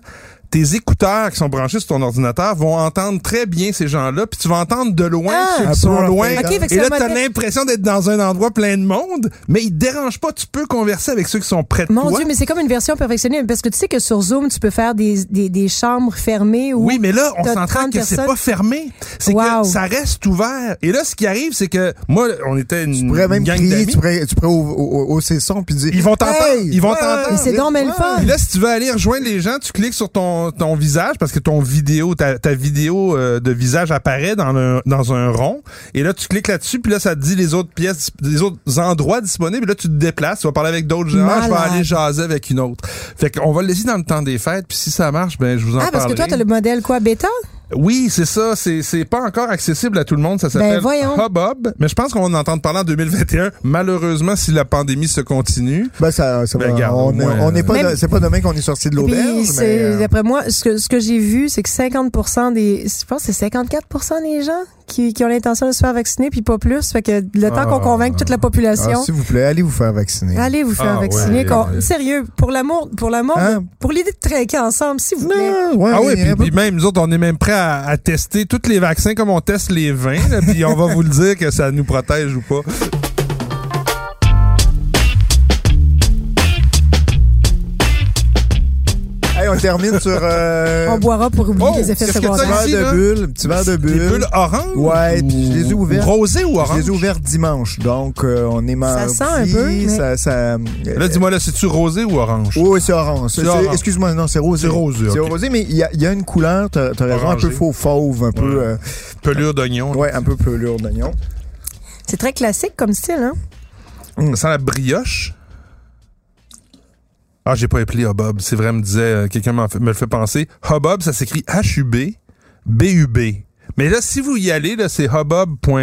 Speaker 3: tes écouteurs qui sont branchés sur ton ordinateur vont entendre très bien ces gens-là, puis tu vas entendre de loin
Speaker 2: Ah!
Speaker 3: ceux
Speaker 5: Un
Speaker 3: qui sont
Speaker 5: peu
Speaker 3: loin.
Speaker 5: leur
Speaker 2: Ok, fait que
Speaker 3: et
Speaker 2: c'est
Speaker 3: là,
Speaker 2: un
Speaker 3: t'as
Speaker 2: modèle-
Speaker 3: l'impression d'être dans un endroit plein de monde, mais ils te dérangent pas. Tu peux converser avec ceux qui sont près de
Speaker 2: Mon
Speaker 3: toi.
Speaker 2: Dieu, mais c'est comme une version perfectionnée, parce que tu sais que sur Zoom, tu peux faire des, des, des chambres fermées ou.
Speaker 3: Oui, mais là, on
Speaker 2: t'as
Speaker 3: s'entend
Speaker 2: 30
Speaker 3: que c'est
Speaker 2: personnes.
Speaker 3: pas fermé. C'est
Speaker 2: Wow.
Speaker 3: que ça reste ouvert. Et là, ce qui arrive, c'est que moi, on était une,
Speaker 5: Tu pourrais même
Speaker 3: une gang
Speaker 5: crier,
Speaker 3: d'amis.
Speaker 5: tu pourrais, tu pourrais au- au- au- hausser le son puis dire.
Speaker 3: Ils vont t'entendre.
Speaker 5: Hey!
Speaker 3: Ils vont
Speaker 5: Ouais,
Speaker 3: t'entendre.
Speaker 5: ouais,
Speaker 2: Mais c'est
Speaker 5: ouais.
Speaker 2: donc bien le fun.
Speaker 3: Puis Ah, là, si tu veux aller rejoindre les gens, tu cliques sur ton, ton visage parce que ton vidéo, ta, ta vidéo euh, de visage apparaît dans, le- dans un rond. Et là, tu cliques là-dessus, puis là, ça te dit les autres pièces, les autres endroits disponibles. Puis là, tu te déplaces, tu vas parler avec d'autres gens. Ah, Je vais
Speaker 2: Malade.
Speaker 3: aller jaser avec une autre. Fait qu'on va le laisser dans le temps des fêtes. Puis si ça marche, ben je vous en
Speaker 2: Ah, parce que
Speaker 3: parlerai.
Speaker 2: toi, t'as le modèle quoi, bêta?
Speaker 3: Oui, c'est ça. C'est, c'est pas encore accessible à tout le monde. Ça s'appelle
Speaker 2: Ben, voyons.
Speaker 3: Hubhub. Mais je pense qu'on va en entendre parler en 2021. Malheureusement, si la pandémie se continue.
Speaker 5: Ben, ça, ça va.
Speaker 3: Ben, regarde,
Speaker 5: on
Speaker 3: au moins, euh,
Speaker 5: on n'est pas,
Speaker 2: Même-
Speaker 5: de- c'est pas demain qu'on est sorti de
Speaker 2: Puis,
Speaker 5: l'auberge, mais.
Speaker 2: c'est-
Speaker 5: euh,
Speaker 2: d'après moi, ce que, ce que j'ai vu, c'est que 50 des. Je pense que c'est 54 des gens qui, qui ont l'intention de se faire vacciner, puis pas plus. Fait que le temps qu'on
Speaker 3: Ah.
Speaker 2: convainque toute la
Speaker 5: ah,
Speaker 2: population.
Speaker 5: S'il vous plaît, allez vous faire vacciner.
Speaker 2: Allez vous faire
Speaker 3: Ah,
Speaker 2: vacciner.
Speaker 3: ouais,
Speaker 2: qu'on-
Speaker 3: ouais.
Speaker 2: Sérieux, pour l'amour, pour l'amour,
Speaker 5: Hein?
Speaker 2: de- pour l'idée de trinquer ensemble, s'il vous plaît.
Speaker 5: Non, ouais,
Speaker 3: Ah oui,
Speaker 5: mais-
Speaker 3: puis, puis même, nous autres, on est même prêts à, à tester tous les vaccins comme on teste les vins, là, puis on va vous le dire que ça nous protège ou pas.
Speaker 5: Hey, on termine sur. euh,
Speaker 2: (laughs) On boira pour oublier
Speaker 3: Oh,
Speaker 2: les effets
Speaker 3: qu'est-ce que
Speaker 5: petit
Speaker 3: t'as
Speaker 2: secondaires.
Speaker 5: verre
Speaker 3: ici, là.
Speaker 5: de bulle, petit verre de
Speaker 3: Des
Speaker 5: bulle.
Speaker 3: bulles oranges?
Speaker 5: Ouais, puis je les ai
Speaker 3: Ou-
Speaker 5: ouvertes.
Speaker 3: Rosées ou
Speaker 5: Je les
Speaker 3: oranges?
Speaker 5: ai ouvertes dimanche, donc euh, on est mardi.
Speaker 2: sent un peu, mais-
Speaker 5: Ça, ça- euh,
Speaker 3: Là, dis-moi, là, c'est-tu rosé ou orange?
Speaker 5: Oh, c'est orange. C'est-
Speaker 3: orange.
Speaker 5: Excuse-moi, non, c'est rosé.
Speaker 3: C'est rosé,
Speaker 5: C'est
Speaker 3: ok.
Speaker 5: rosé, mais il y, a- il y a une couleur, t'as t'as raison, un
Speaker 3: Orangé.
Speaker 5: peu faux fauve, un peu, euh,
Speaker 3: Pelure d'oignon.
Speaker 5: ouais, un peu pelure d'oignon.
Speaker 2: C'est très classique comme style, hein?
Speaker 3: Ça sent la brioche. Ah, j'ai pas appelé Hubbob. C'est vrai, me disait, euh, quelqu'un m'en fait- me le fait penser. Hubbob, ça s'écrit H-U-B, B-U-B. Mais là, si vous y allez, là, c'est hubbob.com.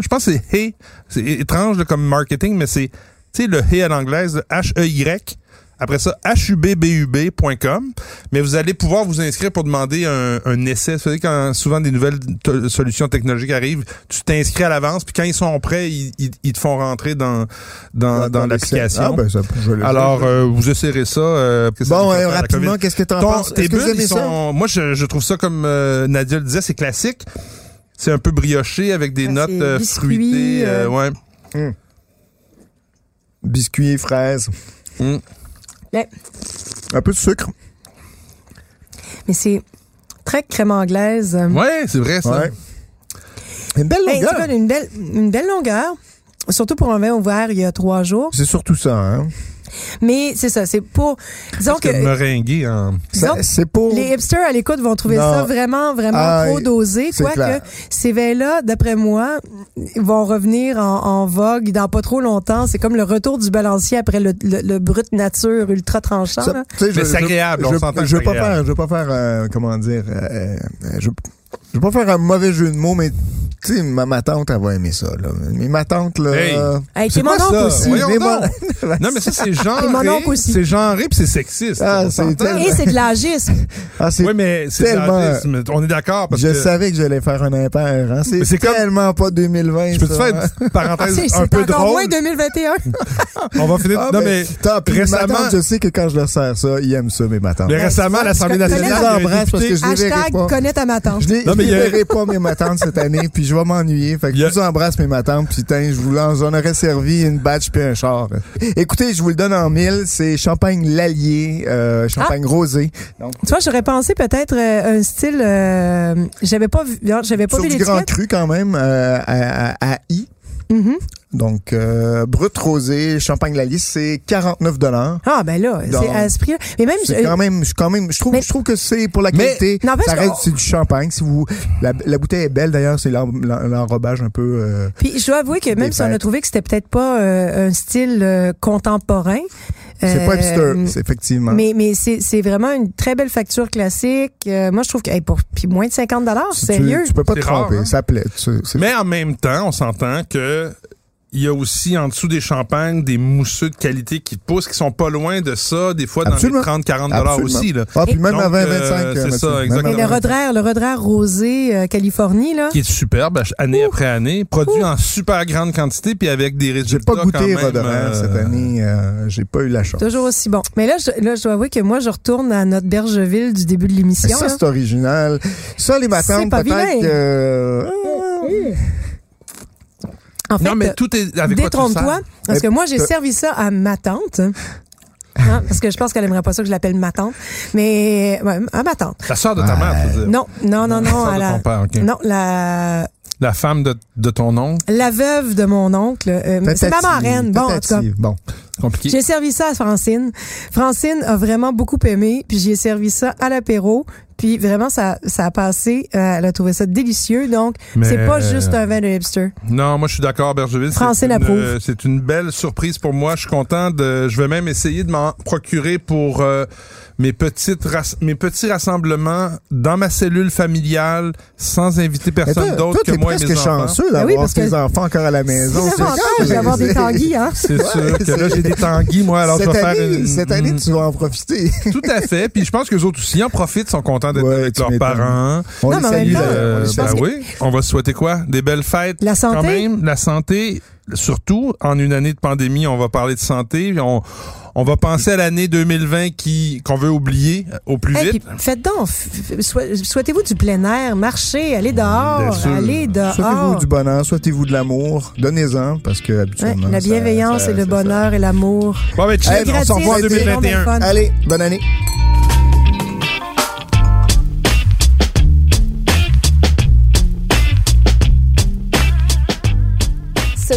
Speaker 3: Je pense que c'est hey. C'est étrange là, comme marketing, mais c'est, tu sais, le hey à l'anglaise, H-E-Y. Après ça, hubbub.com. Mais vous allez pouvoir vous inscrire pour demander un, un essai. Vous savez, quand souvent des nouvelles t- solutions technologiques arrivent, tu t'inscris à l'avance, puis quand ils sont prêts, ils, ils- ils te font rentrer dans, dans, dans
Speaker 5: les
Speaker 3: l'application.
Speaker 5: Ah, ben, ça, je vais le-
Speaker 3: Alors, euh, vous essayerez ça. euh, que ça
Speaker 5: bon,
Speaker 3: vous fait
Speaker 5: euh,
Speaker 3: faire la
Speaker 5: rapidement,
Speaker 3: COVID.
Speaker 5: qu'est-ce que t'en
Speaker 3: Ton-
Speaker 5: penses?
Speaker 3: tes
Speaker 5: Est-ce que vous
Speaker 3: bulles,
Speaker 5: aimez
Speaker 3: ils
Speaker 5: ça?
Speaker 3: sont- Moi, je, je trouve ça comme euh, Nadia le disait, c'est classique. C'est un peu brioché avec des
Speaker 5: Ah,
Speaker 2: Ouais,
Speaker 3: notes
Speaker 2: c'est
Speaker 3: euh,
Speaker 2: biscuit,
Speaker 3: fruitées. euh,
Speaker 2: euh,
Speaker 3: ouais.
Speaker 5: Biscuits, fraises,
Speaker 3: Mmh.
Speaker 2: Mais,
Speaker 5: un peu de sucre.
Speaker 2: mais c'est très crème anglaise.
Speaker 3: Ouais, c'est vrai ça.
Speaker 5: Mmh. Ouais. Une belle
Speaker 2: Hey, en tout
Speaker 5: longueur.
Speaker 2: cas, une, belle, une belle longueur. Surtout pour un vin ouvert il y a trois jours.
Speaker 5: C'est surtout ça, hein.
Speaker 2: Mais c'est ça, c'est pour. Disons
Speaker 3: Que de
Speaker 2: que.
Speaker 3: meringuer en.
Speaker 2: disons
Speaker 5: Ça- C'est pour.
Speaker 2: Les hipsters à l'écoute vont trouver
Speaker 5: Oh. Non.
Speaker 2: ça vraiment, vraiment
Speaker 5: Ah,
Speaker 2: trop dosé.
Speaker 5: c'est
Speaker 2: Quoique
Speaker 5: clair.
Speaker 2: ces vins-là, d'après moi, vont revenir en, en vogue dans pas trop longtemps. C'est comme le retour du balancier après le, le- le brut nature ultra tranchant.
Speaker 5: Ça-
Speaker 2: là.
Speaker 5: tu sais,
Speaker 3: Mais
Speaker 5: je-
Speaker 3: c'est
Speaker 5: je-
Speaker 3: agréable, on
Speaker 5: Je,
Speaker 3: s'entend que
Speaker 5: je
Speaker 3: c'est
Speaker 5: veux pas
Speaker 3: agréable.
Speaker 5: faire, je veux pas faire, euh, comment dire, euh, euh, je, je veux pas faire un mauvais jeu de mots, mais tu sais, ma, ma tante, elle va aimer ça. Là. Mais ma tante, là,
Speaker 3: Hey.
Speaker 5: euh,
Speaker 2: Hey,
Speaker 3: C'est
Speaker 2: t'es mon
Speaker 3: quoi
Speaker 2: oncle
Speaker 3: ça?
Speaker 2: aussi.
Speaker 3: Voyons
Speaker 5: mais
Speaker 3: donc.
Speaker 5: bon-
Speaker 3: Non, mais ça,
Speaker 5: (laughs)
Speaker 3: c'est
Speaker 2: Et mon
Speaker 3: genré.
Speaker 2: oncle aussi.
Speaker 3: C'est genré puis c'est sexiste.
Speaker 5: Ah,
Speaker 3: on
Speaker 5: c'est
Speaker 3: s'entend.
Speaker 5: tellement-
Speaker 2: Et c'est de
Speaker 5: (laughs)
Speaker 2: l'agisme.
Speaker 5: Ah, c'est-
Speaker 3: Ouais, mais c'est
Speaker 5: tellement-
Speaker 3: genré, On est d'accord parce
Speaker 5: je
Speaker 3: que.
Speaker 5: savais que j'allais faire un impair. Hein. C'est
Speaker 3: Mais c'est comme-
Speaker 5: tellement pas 2020.
Speaker 3: Je peux te
Speaker 5: ça,
Speaker 3: faire
Speaker 5: hein. (laughs)
Speaker 3: une petite parenthèse
Speaker 2: C'est c'est
Speaker 3: un peu
Speaker 2: encore
Speaker 3: drôle?
Speaker 2: moins 2021.
Speaker 3: On va finir.
Speaker 5: Ah,
Speaker 3: non,
Speaker 5: mais,
Speaker 3: mais.
Speaker 5: tant pis,
Speaker 3: récemment-
Speaker 5: ma tante, je sais que quand je leur sers ça, ils aiment ça, mais ma tante.
Speaker 3: mais récemment, à l'Assemblée
Speaker 2: Je connais-
Speaker 3: nationale.
Speaker 5: je
Speaker 3: il y a un
Speaker 5: les embrasse parce que
Speaker 3: député-
Speaker 5: je les verrai
Speaker 2: Hashtag
Speaker 5: pas.
Speaker 2: connaît ta matante.
Speaker 5: Je les,
Speaker 3: Non, mais
Speaker 5: je
Speaker 3: il y a-
Speaker 5: les verrai pas, mes matantes, cette année, puis je vais m'ennuyer. Fait que
Speaker 3: Il y a-
Speaker 5: je vous embrasse, mes matantes, puis tain, je vous lance, j'en aurais servi une batch puis un char. Écoutez, je vous le donne en mille, c'est champagne l'allier, euh, champagne
Speaker 2: Ah!
Speaker 5: rosé. Donc,
Speaker 2: Tu vois, j'aurais pensé peut-être euh, un style. euh, j'avais pas vu, non, j'avais pas
Speaker 5: sur
Speaker 2: vu
Speaker 5: du grand
Speaker 2: l'étiquette.
Speaker 5: cru quand même, euh, à, à- à I.
Speaker 2: Mhm.
Speaker 5: Donc, euh, brut rosé, champagne l'allier, c'est 49 dollars.
Speaker 2: Ah ben là,
Speaker 5: Donc,
Speaker 2: c'est à ce prix. Mais même,
Speaker 5: C'est quand même, je- quand même, je trouve,
Speaker 2: Euh, Mais-
Speaker 5: je trouve que c'est pour la
Speaker 3: Mais-
Speaker 5: qualité.
Speaker 2: Non, parce
Speaker 5: ça
Speaker 2: que-
Speaker 5: reste, c'est du champagne. Si vous, la, la bouteille est belle d'ailleurs, c'est l'en- l'en- l'enrobage un peu. euh,
Speaker 2: Puis je dois avouer que même
Speaker 5: Des
Speaker 2: si on a
Speaker 5: fêtes.
Speaker 2: trouvé que c'était peut-être pas euh, un style euh, contemporain,
Speaker 5: c'est pas
Speaker 2: euh,
Speaker 5: hipster, c'est effectivement.
Speaker 2: Mais mais c'est c'est vraiment une très belle facture classique. Euh, moi je trouve que hey, pour puis moins de 50 dollars,
Speaker 5: Tu-
Speaker 2: sérieux.
Speaker 5: Tu, peux pas te
Speaker 3: C'est rare,
Speaker 5: tromper,
Speaker 3: hein?
Speaker 5: ça plaît. Tu- c'est-
Speaker 3: Mais en même temps, on s'entend que il y a aussi en dessous des champagnes des mousseux de qualité qui poussent, qui sont pas loin de ça, des fois dans
Speaker 5: Absolument.
Speaker 3: les 30, 40 dollars
Speaker 5: Absolument.
Speaker 3: aussi. Là.
Speaker 5: Ah, puis même
Speaker 3: Donc,
Speaker 5: à 20,
Speaker 3: euh,
Speaker 5: 25.
Speaker 3: c'est
Speaker 5: Mathieu.
Speaker 3: ça,
Speaker 5: Même à
Speaker 3: exactement.
Speaker 2: Mais le Rodraire, le Rodraire rosé euh, Californie, là.
Speaker 3: Qui est superbe ach- année après année, produit en super grande quantité puis avec des
Speaker 5: J'ai
Speaker 3: résultats.
Speaker 5: pas
Speaker 3: quand
Speaker 5: goûté
Speaker 3: même,
Speaker 5: Rodoran
Speaker 3: euh,
Speaker 5: cette année. euh, J'ai pas eu la chance.
Speaker 2: Toujours aussi bon. Mais là je, là, je dois avouer que moi, je retourne à notre Bergeville du début de
Speaker 5: Mais
Speaker 2: l'émission.
Speaker 5: Ça,
Speaker 2: là.
Speaker 5: c'est original. Ça, les
Speaker 2: hein? C'est
Speaker 5: matantes,
Speaker 2: pas
Speaker 5: peut-être
Speaker 2: vilain. Hmm,
Speaker 5: que... euh,
Speaker 2: En fait, euh,
Speaker 3: non, mais tout est avec quoi tu le
Speaker 2: détrompe-toi,
Speaker 3: sers?
Speaker 2: parce que moi, j'ai
Speaker 5: Euh,
Speaker 2: servi ça à ma tante. Hein, parce que je pense qu'elle aimerait pas ça que je l'appelle ma tante. Mais, ouais, à ma tante.
Speaker 3: La sœur de ta mère, tu veux dire.
Speaker 2: Non, non, non, non.
Speaker 3: sœur
Speaker 2: à
Speaker 3: de
Speaker 2: la-
Speaker 3: ton père, ok.
Speaker 2: Non, la,
Speaker 3: La femme de, de ton oncle,
Speaker 2: la veuve de mon oncle. euh, c'est ma
Speaker 5: tentative,
Speaker 2: marraine. Bon, en tout cas.
Speaker 5: tentative. Bon.
Speaker 3: compliqué.
Speaker 2: J'ai servi ça à Francine. Francine a vraiment beaucoup aimé, puis j'ai servi ça à l'apéro, puis vraiment ça ça a passé, euh, elle a trouvé ça délicieux. Donc
Speaker 3: Mais-
Speaker 2: c'est pas juste un vin de hipster.
Speaker 3: Non, moi je suis d'accord, Bergeville. c'est
Speaker 2: Francine
Speaker 3: une,
Speaker 2: approuve.
Speaker 3: euh, c'est une belle surprise pour moi. Je suis content de. Je vais même essayer de m'en procurer pour euh, mes petites rass- mes petits rassemblements dans ma cellule familiale, sans inviter
Speaker 5: Mais toi,
Speaker 3: personne d'autre
Speaker 5: toi,
Speaker 3: que
Speaker 5: t'es
Speaker 3: moi et
Speaker 5: presque
Speaker 3: mes enfants.
Speaker 5: chanceux
Speaker 2: Ben oui,
Speaker 5: d'avoir
Speaker 2: parce
Speaker 5: tes
Speaker 2: que-
Speaker 5: enfants encore à la
Speaker 2: C'est
Speaker 5: maison.
Speaker 2: l'avantage d'avoir des tanguis, hein.
Speaker 3: C'est sûr que là
Speaker 5: c'est-
Speaker 3: j'ai des tanguis moi, alors
Speaker 5: cette
Speaker 3: je vais faire
Speaker 5: année,
Speaker 3: une-
Speaker 5: cette année,
Speaker 3: Mm.
Speaker 5: tu vas en profiter.
Speaker 3: Tout à fait. Puis je pense que les autres aussi en profitent, sont contents d'être
Speaker 5: Ouais,
Speaker 3: avec
Speaker 5: tu
Speaker 3: leurs
Speaker 5: m'étonnes.
Speaker 3: parents.
Speaker 5: On
Speaker 2: Non,
Speaker 5: les
Speaker 2: mais en
Speaker 5: salue,
Speaker 2: même temps,
Speaker 5: euh,
Speaker 3: Euh,
Speaker 5: on les
Speaker 3: ben
Speaker 5: salue.
Speaker 3: oui. On va se souhaiter quoi? Des belles fêtes.
Speaker 2: La santé.
Speaker 3: Quand même, la santé, surtout en une année de pandémie, on va parler de santé. On, on va penser à l'année 2020 qui qu'on veut oublier au plus
Speaker 2: Hey,
Speaker 3: vite.
Speaker 2: puis faites donc, f- f- sou- souhaitez-vous du plein air, marchez, allez
Speaker 3: Bien
Speaker 2: dehors,
Speaker 3: sûr.
Speaker 2: allez
Speaker 5: Souhaitez-vous
Speaker 2: dehors.
Speaker 5: du bonheur, souhaitez-vous de l'amour, donnez-en, parce que
Speaker 2: Ouais,
Speaker 5: habituellement.
Speaker 2: la
Speaker 5: hein. ça-
Speaker 2: bienveillance
Speaker 5: ça-
Speaker 2: et le
Speaker 5: ça-
Speaker 2: bonheur et l'amour.
Speaker 3: Bon, ben, chill, on
Speaker 5: Hey,
Speaker 3: se
Speaker 5: gratis,
Speaker 3: revoit en
Speaker 5: c'était
Speaker 3: 2021.
Speaker 5: vraiment
Speaker 2: bien fun.
Speaker 5: ça- Allez, bonne année.
Speaker 4: Ce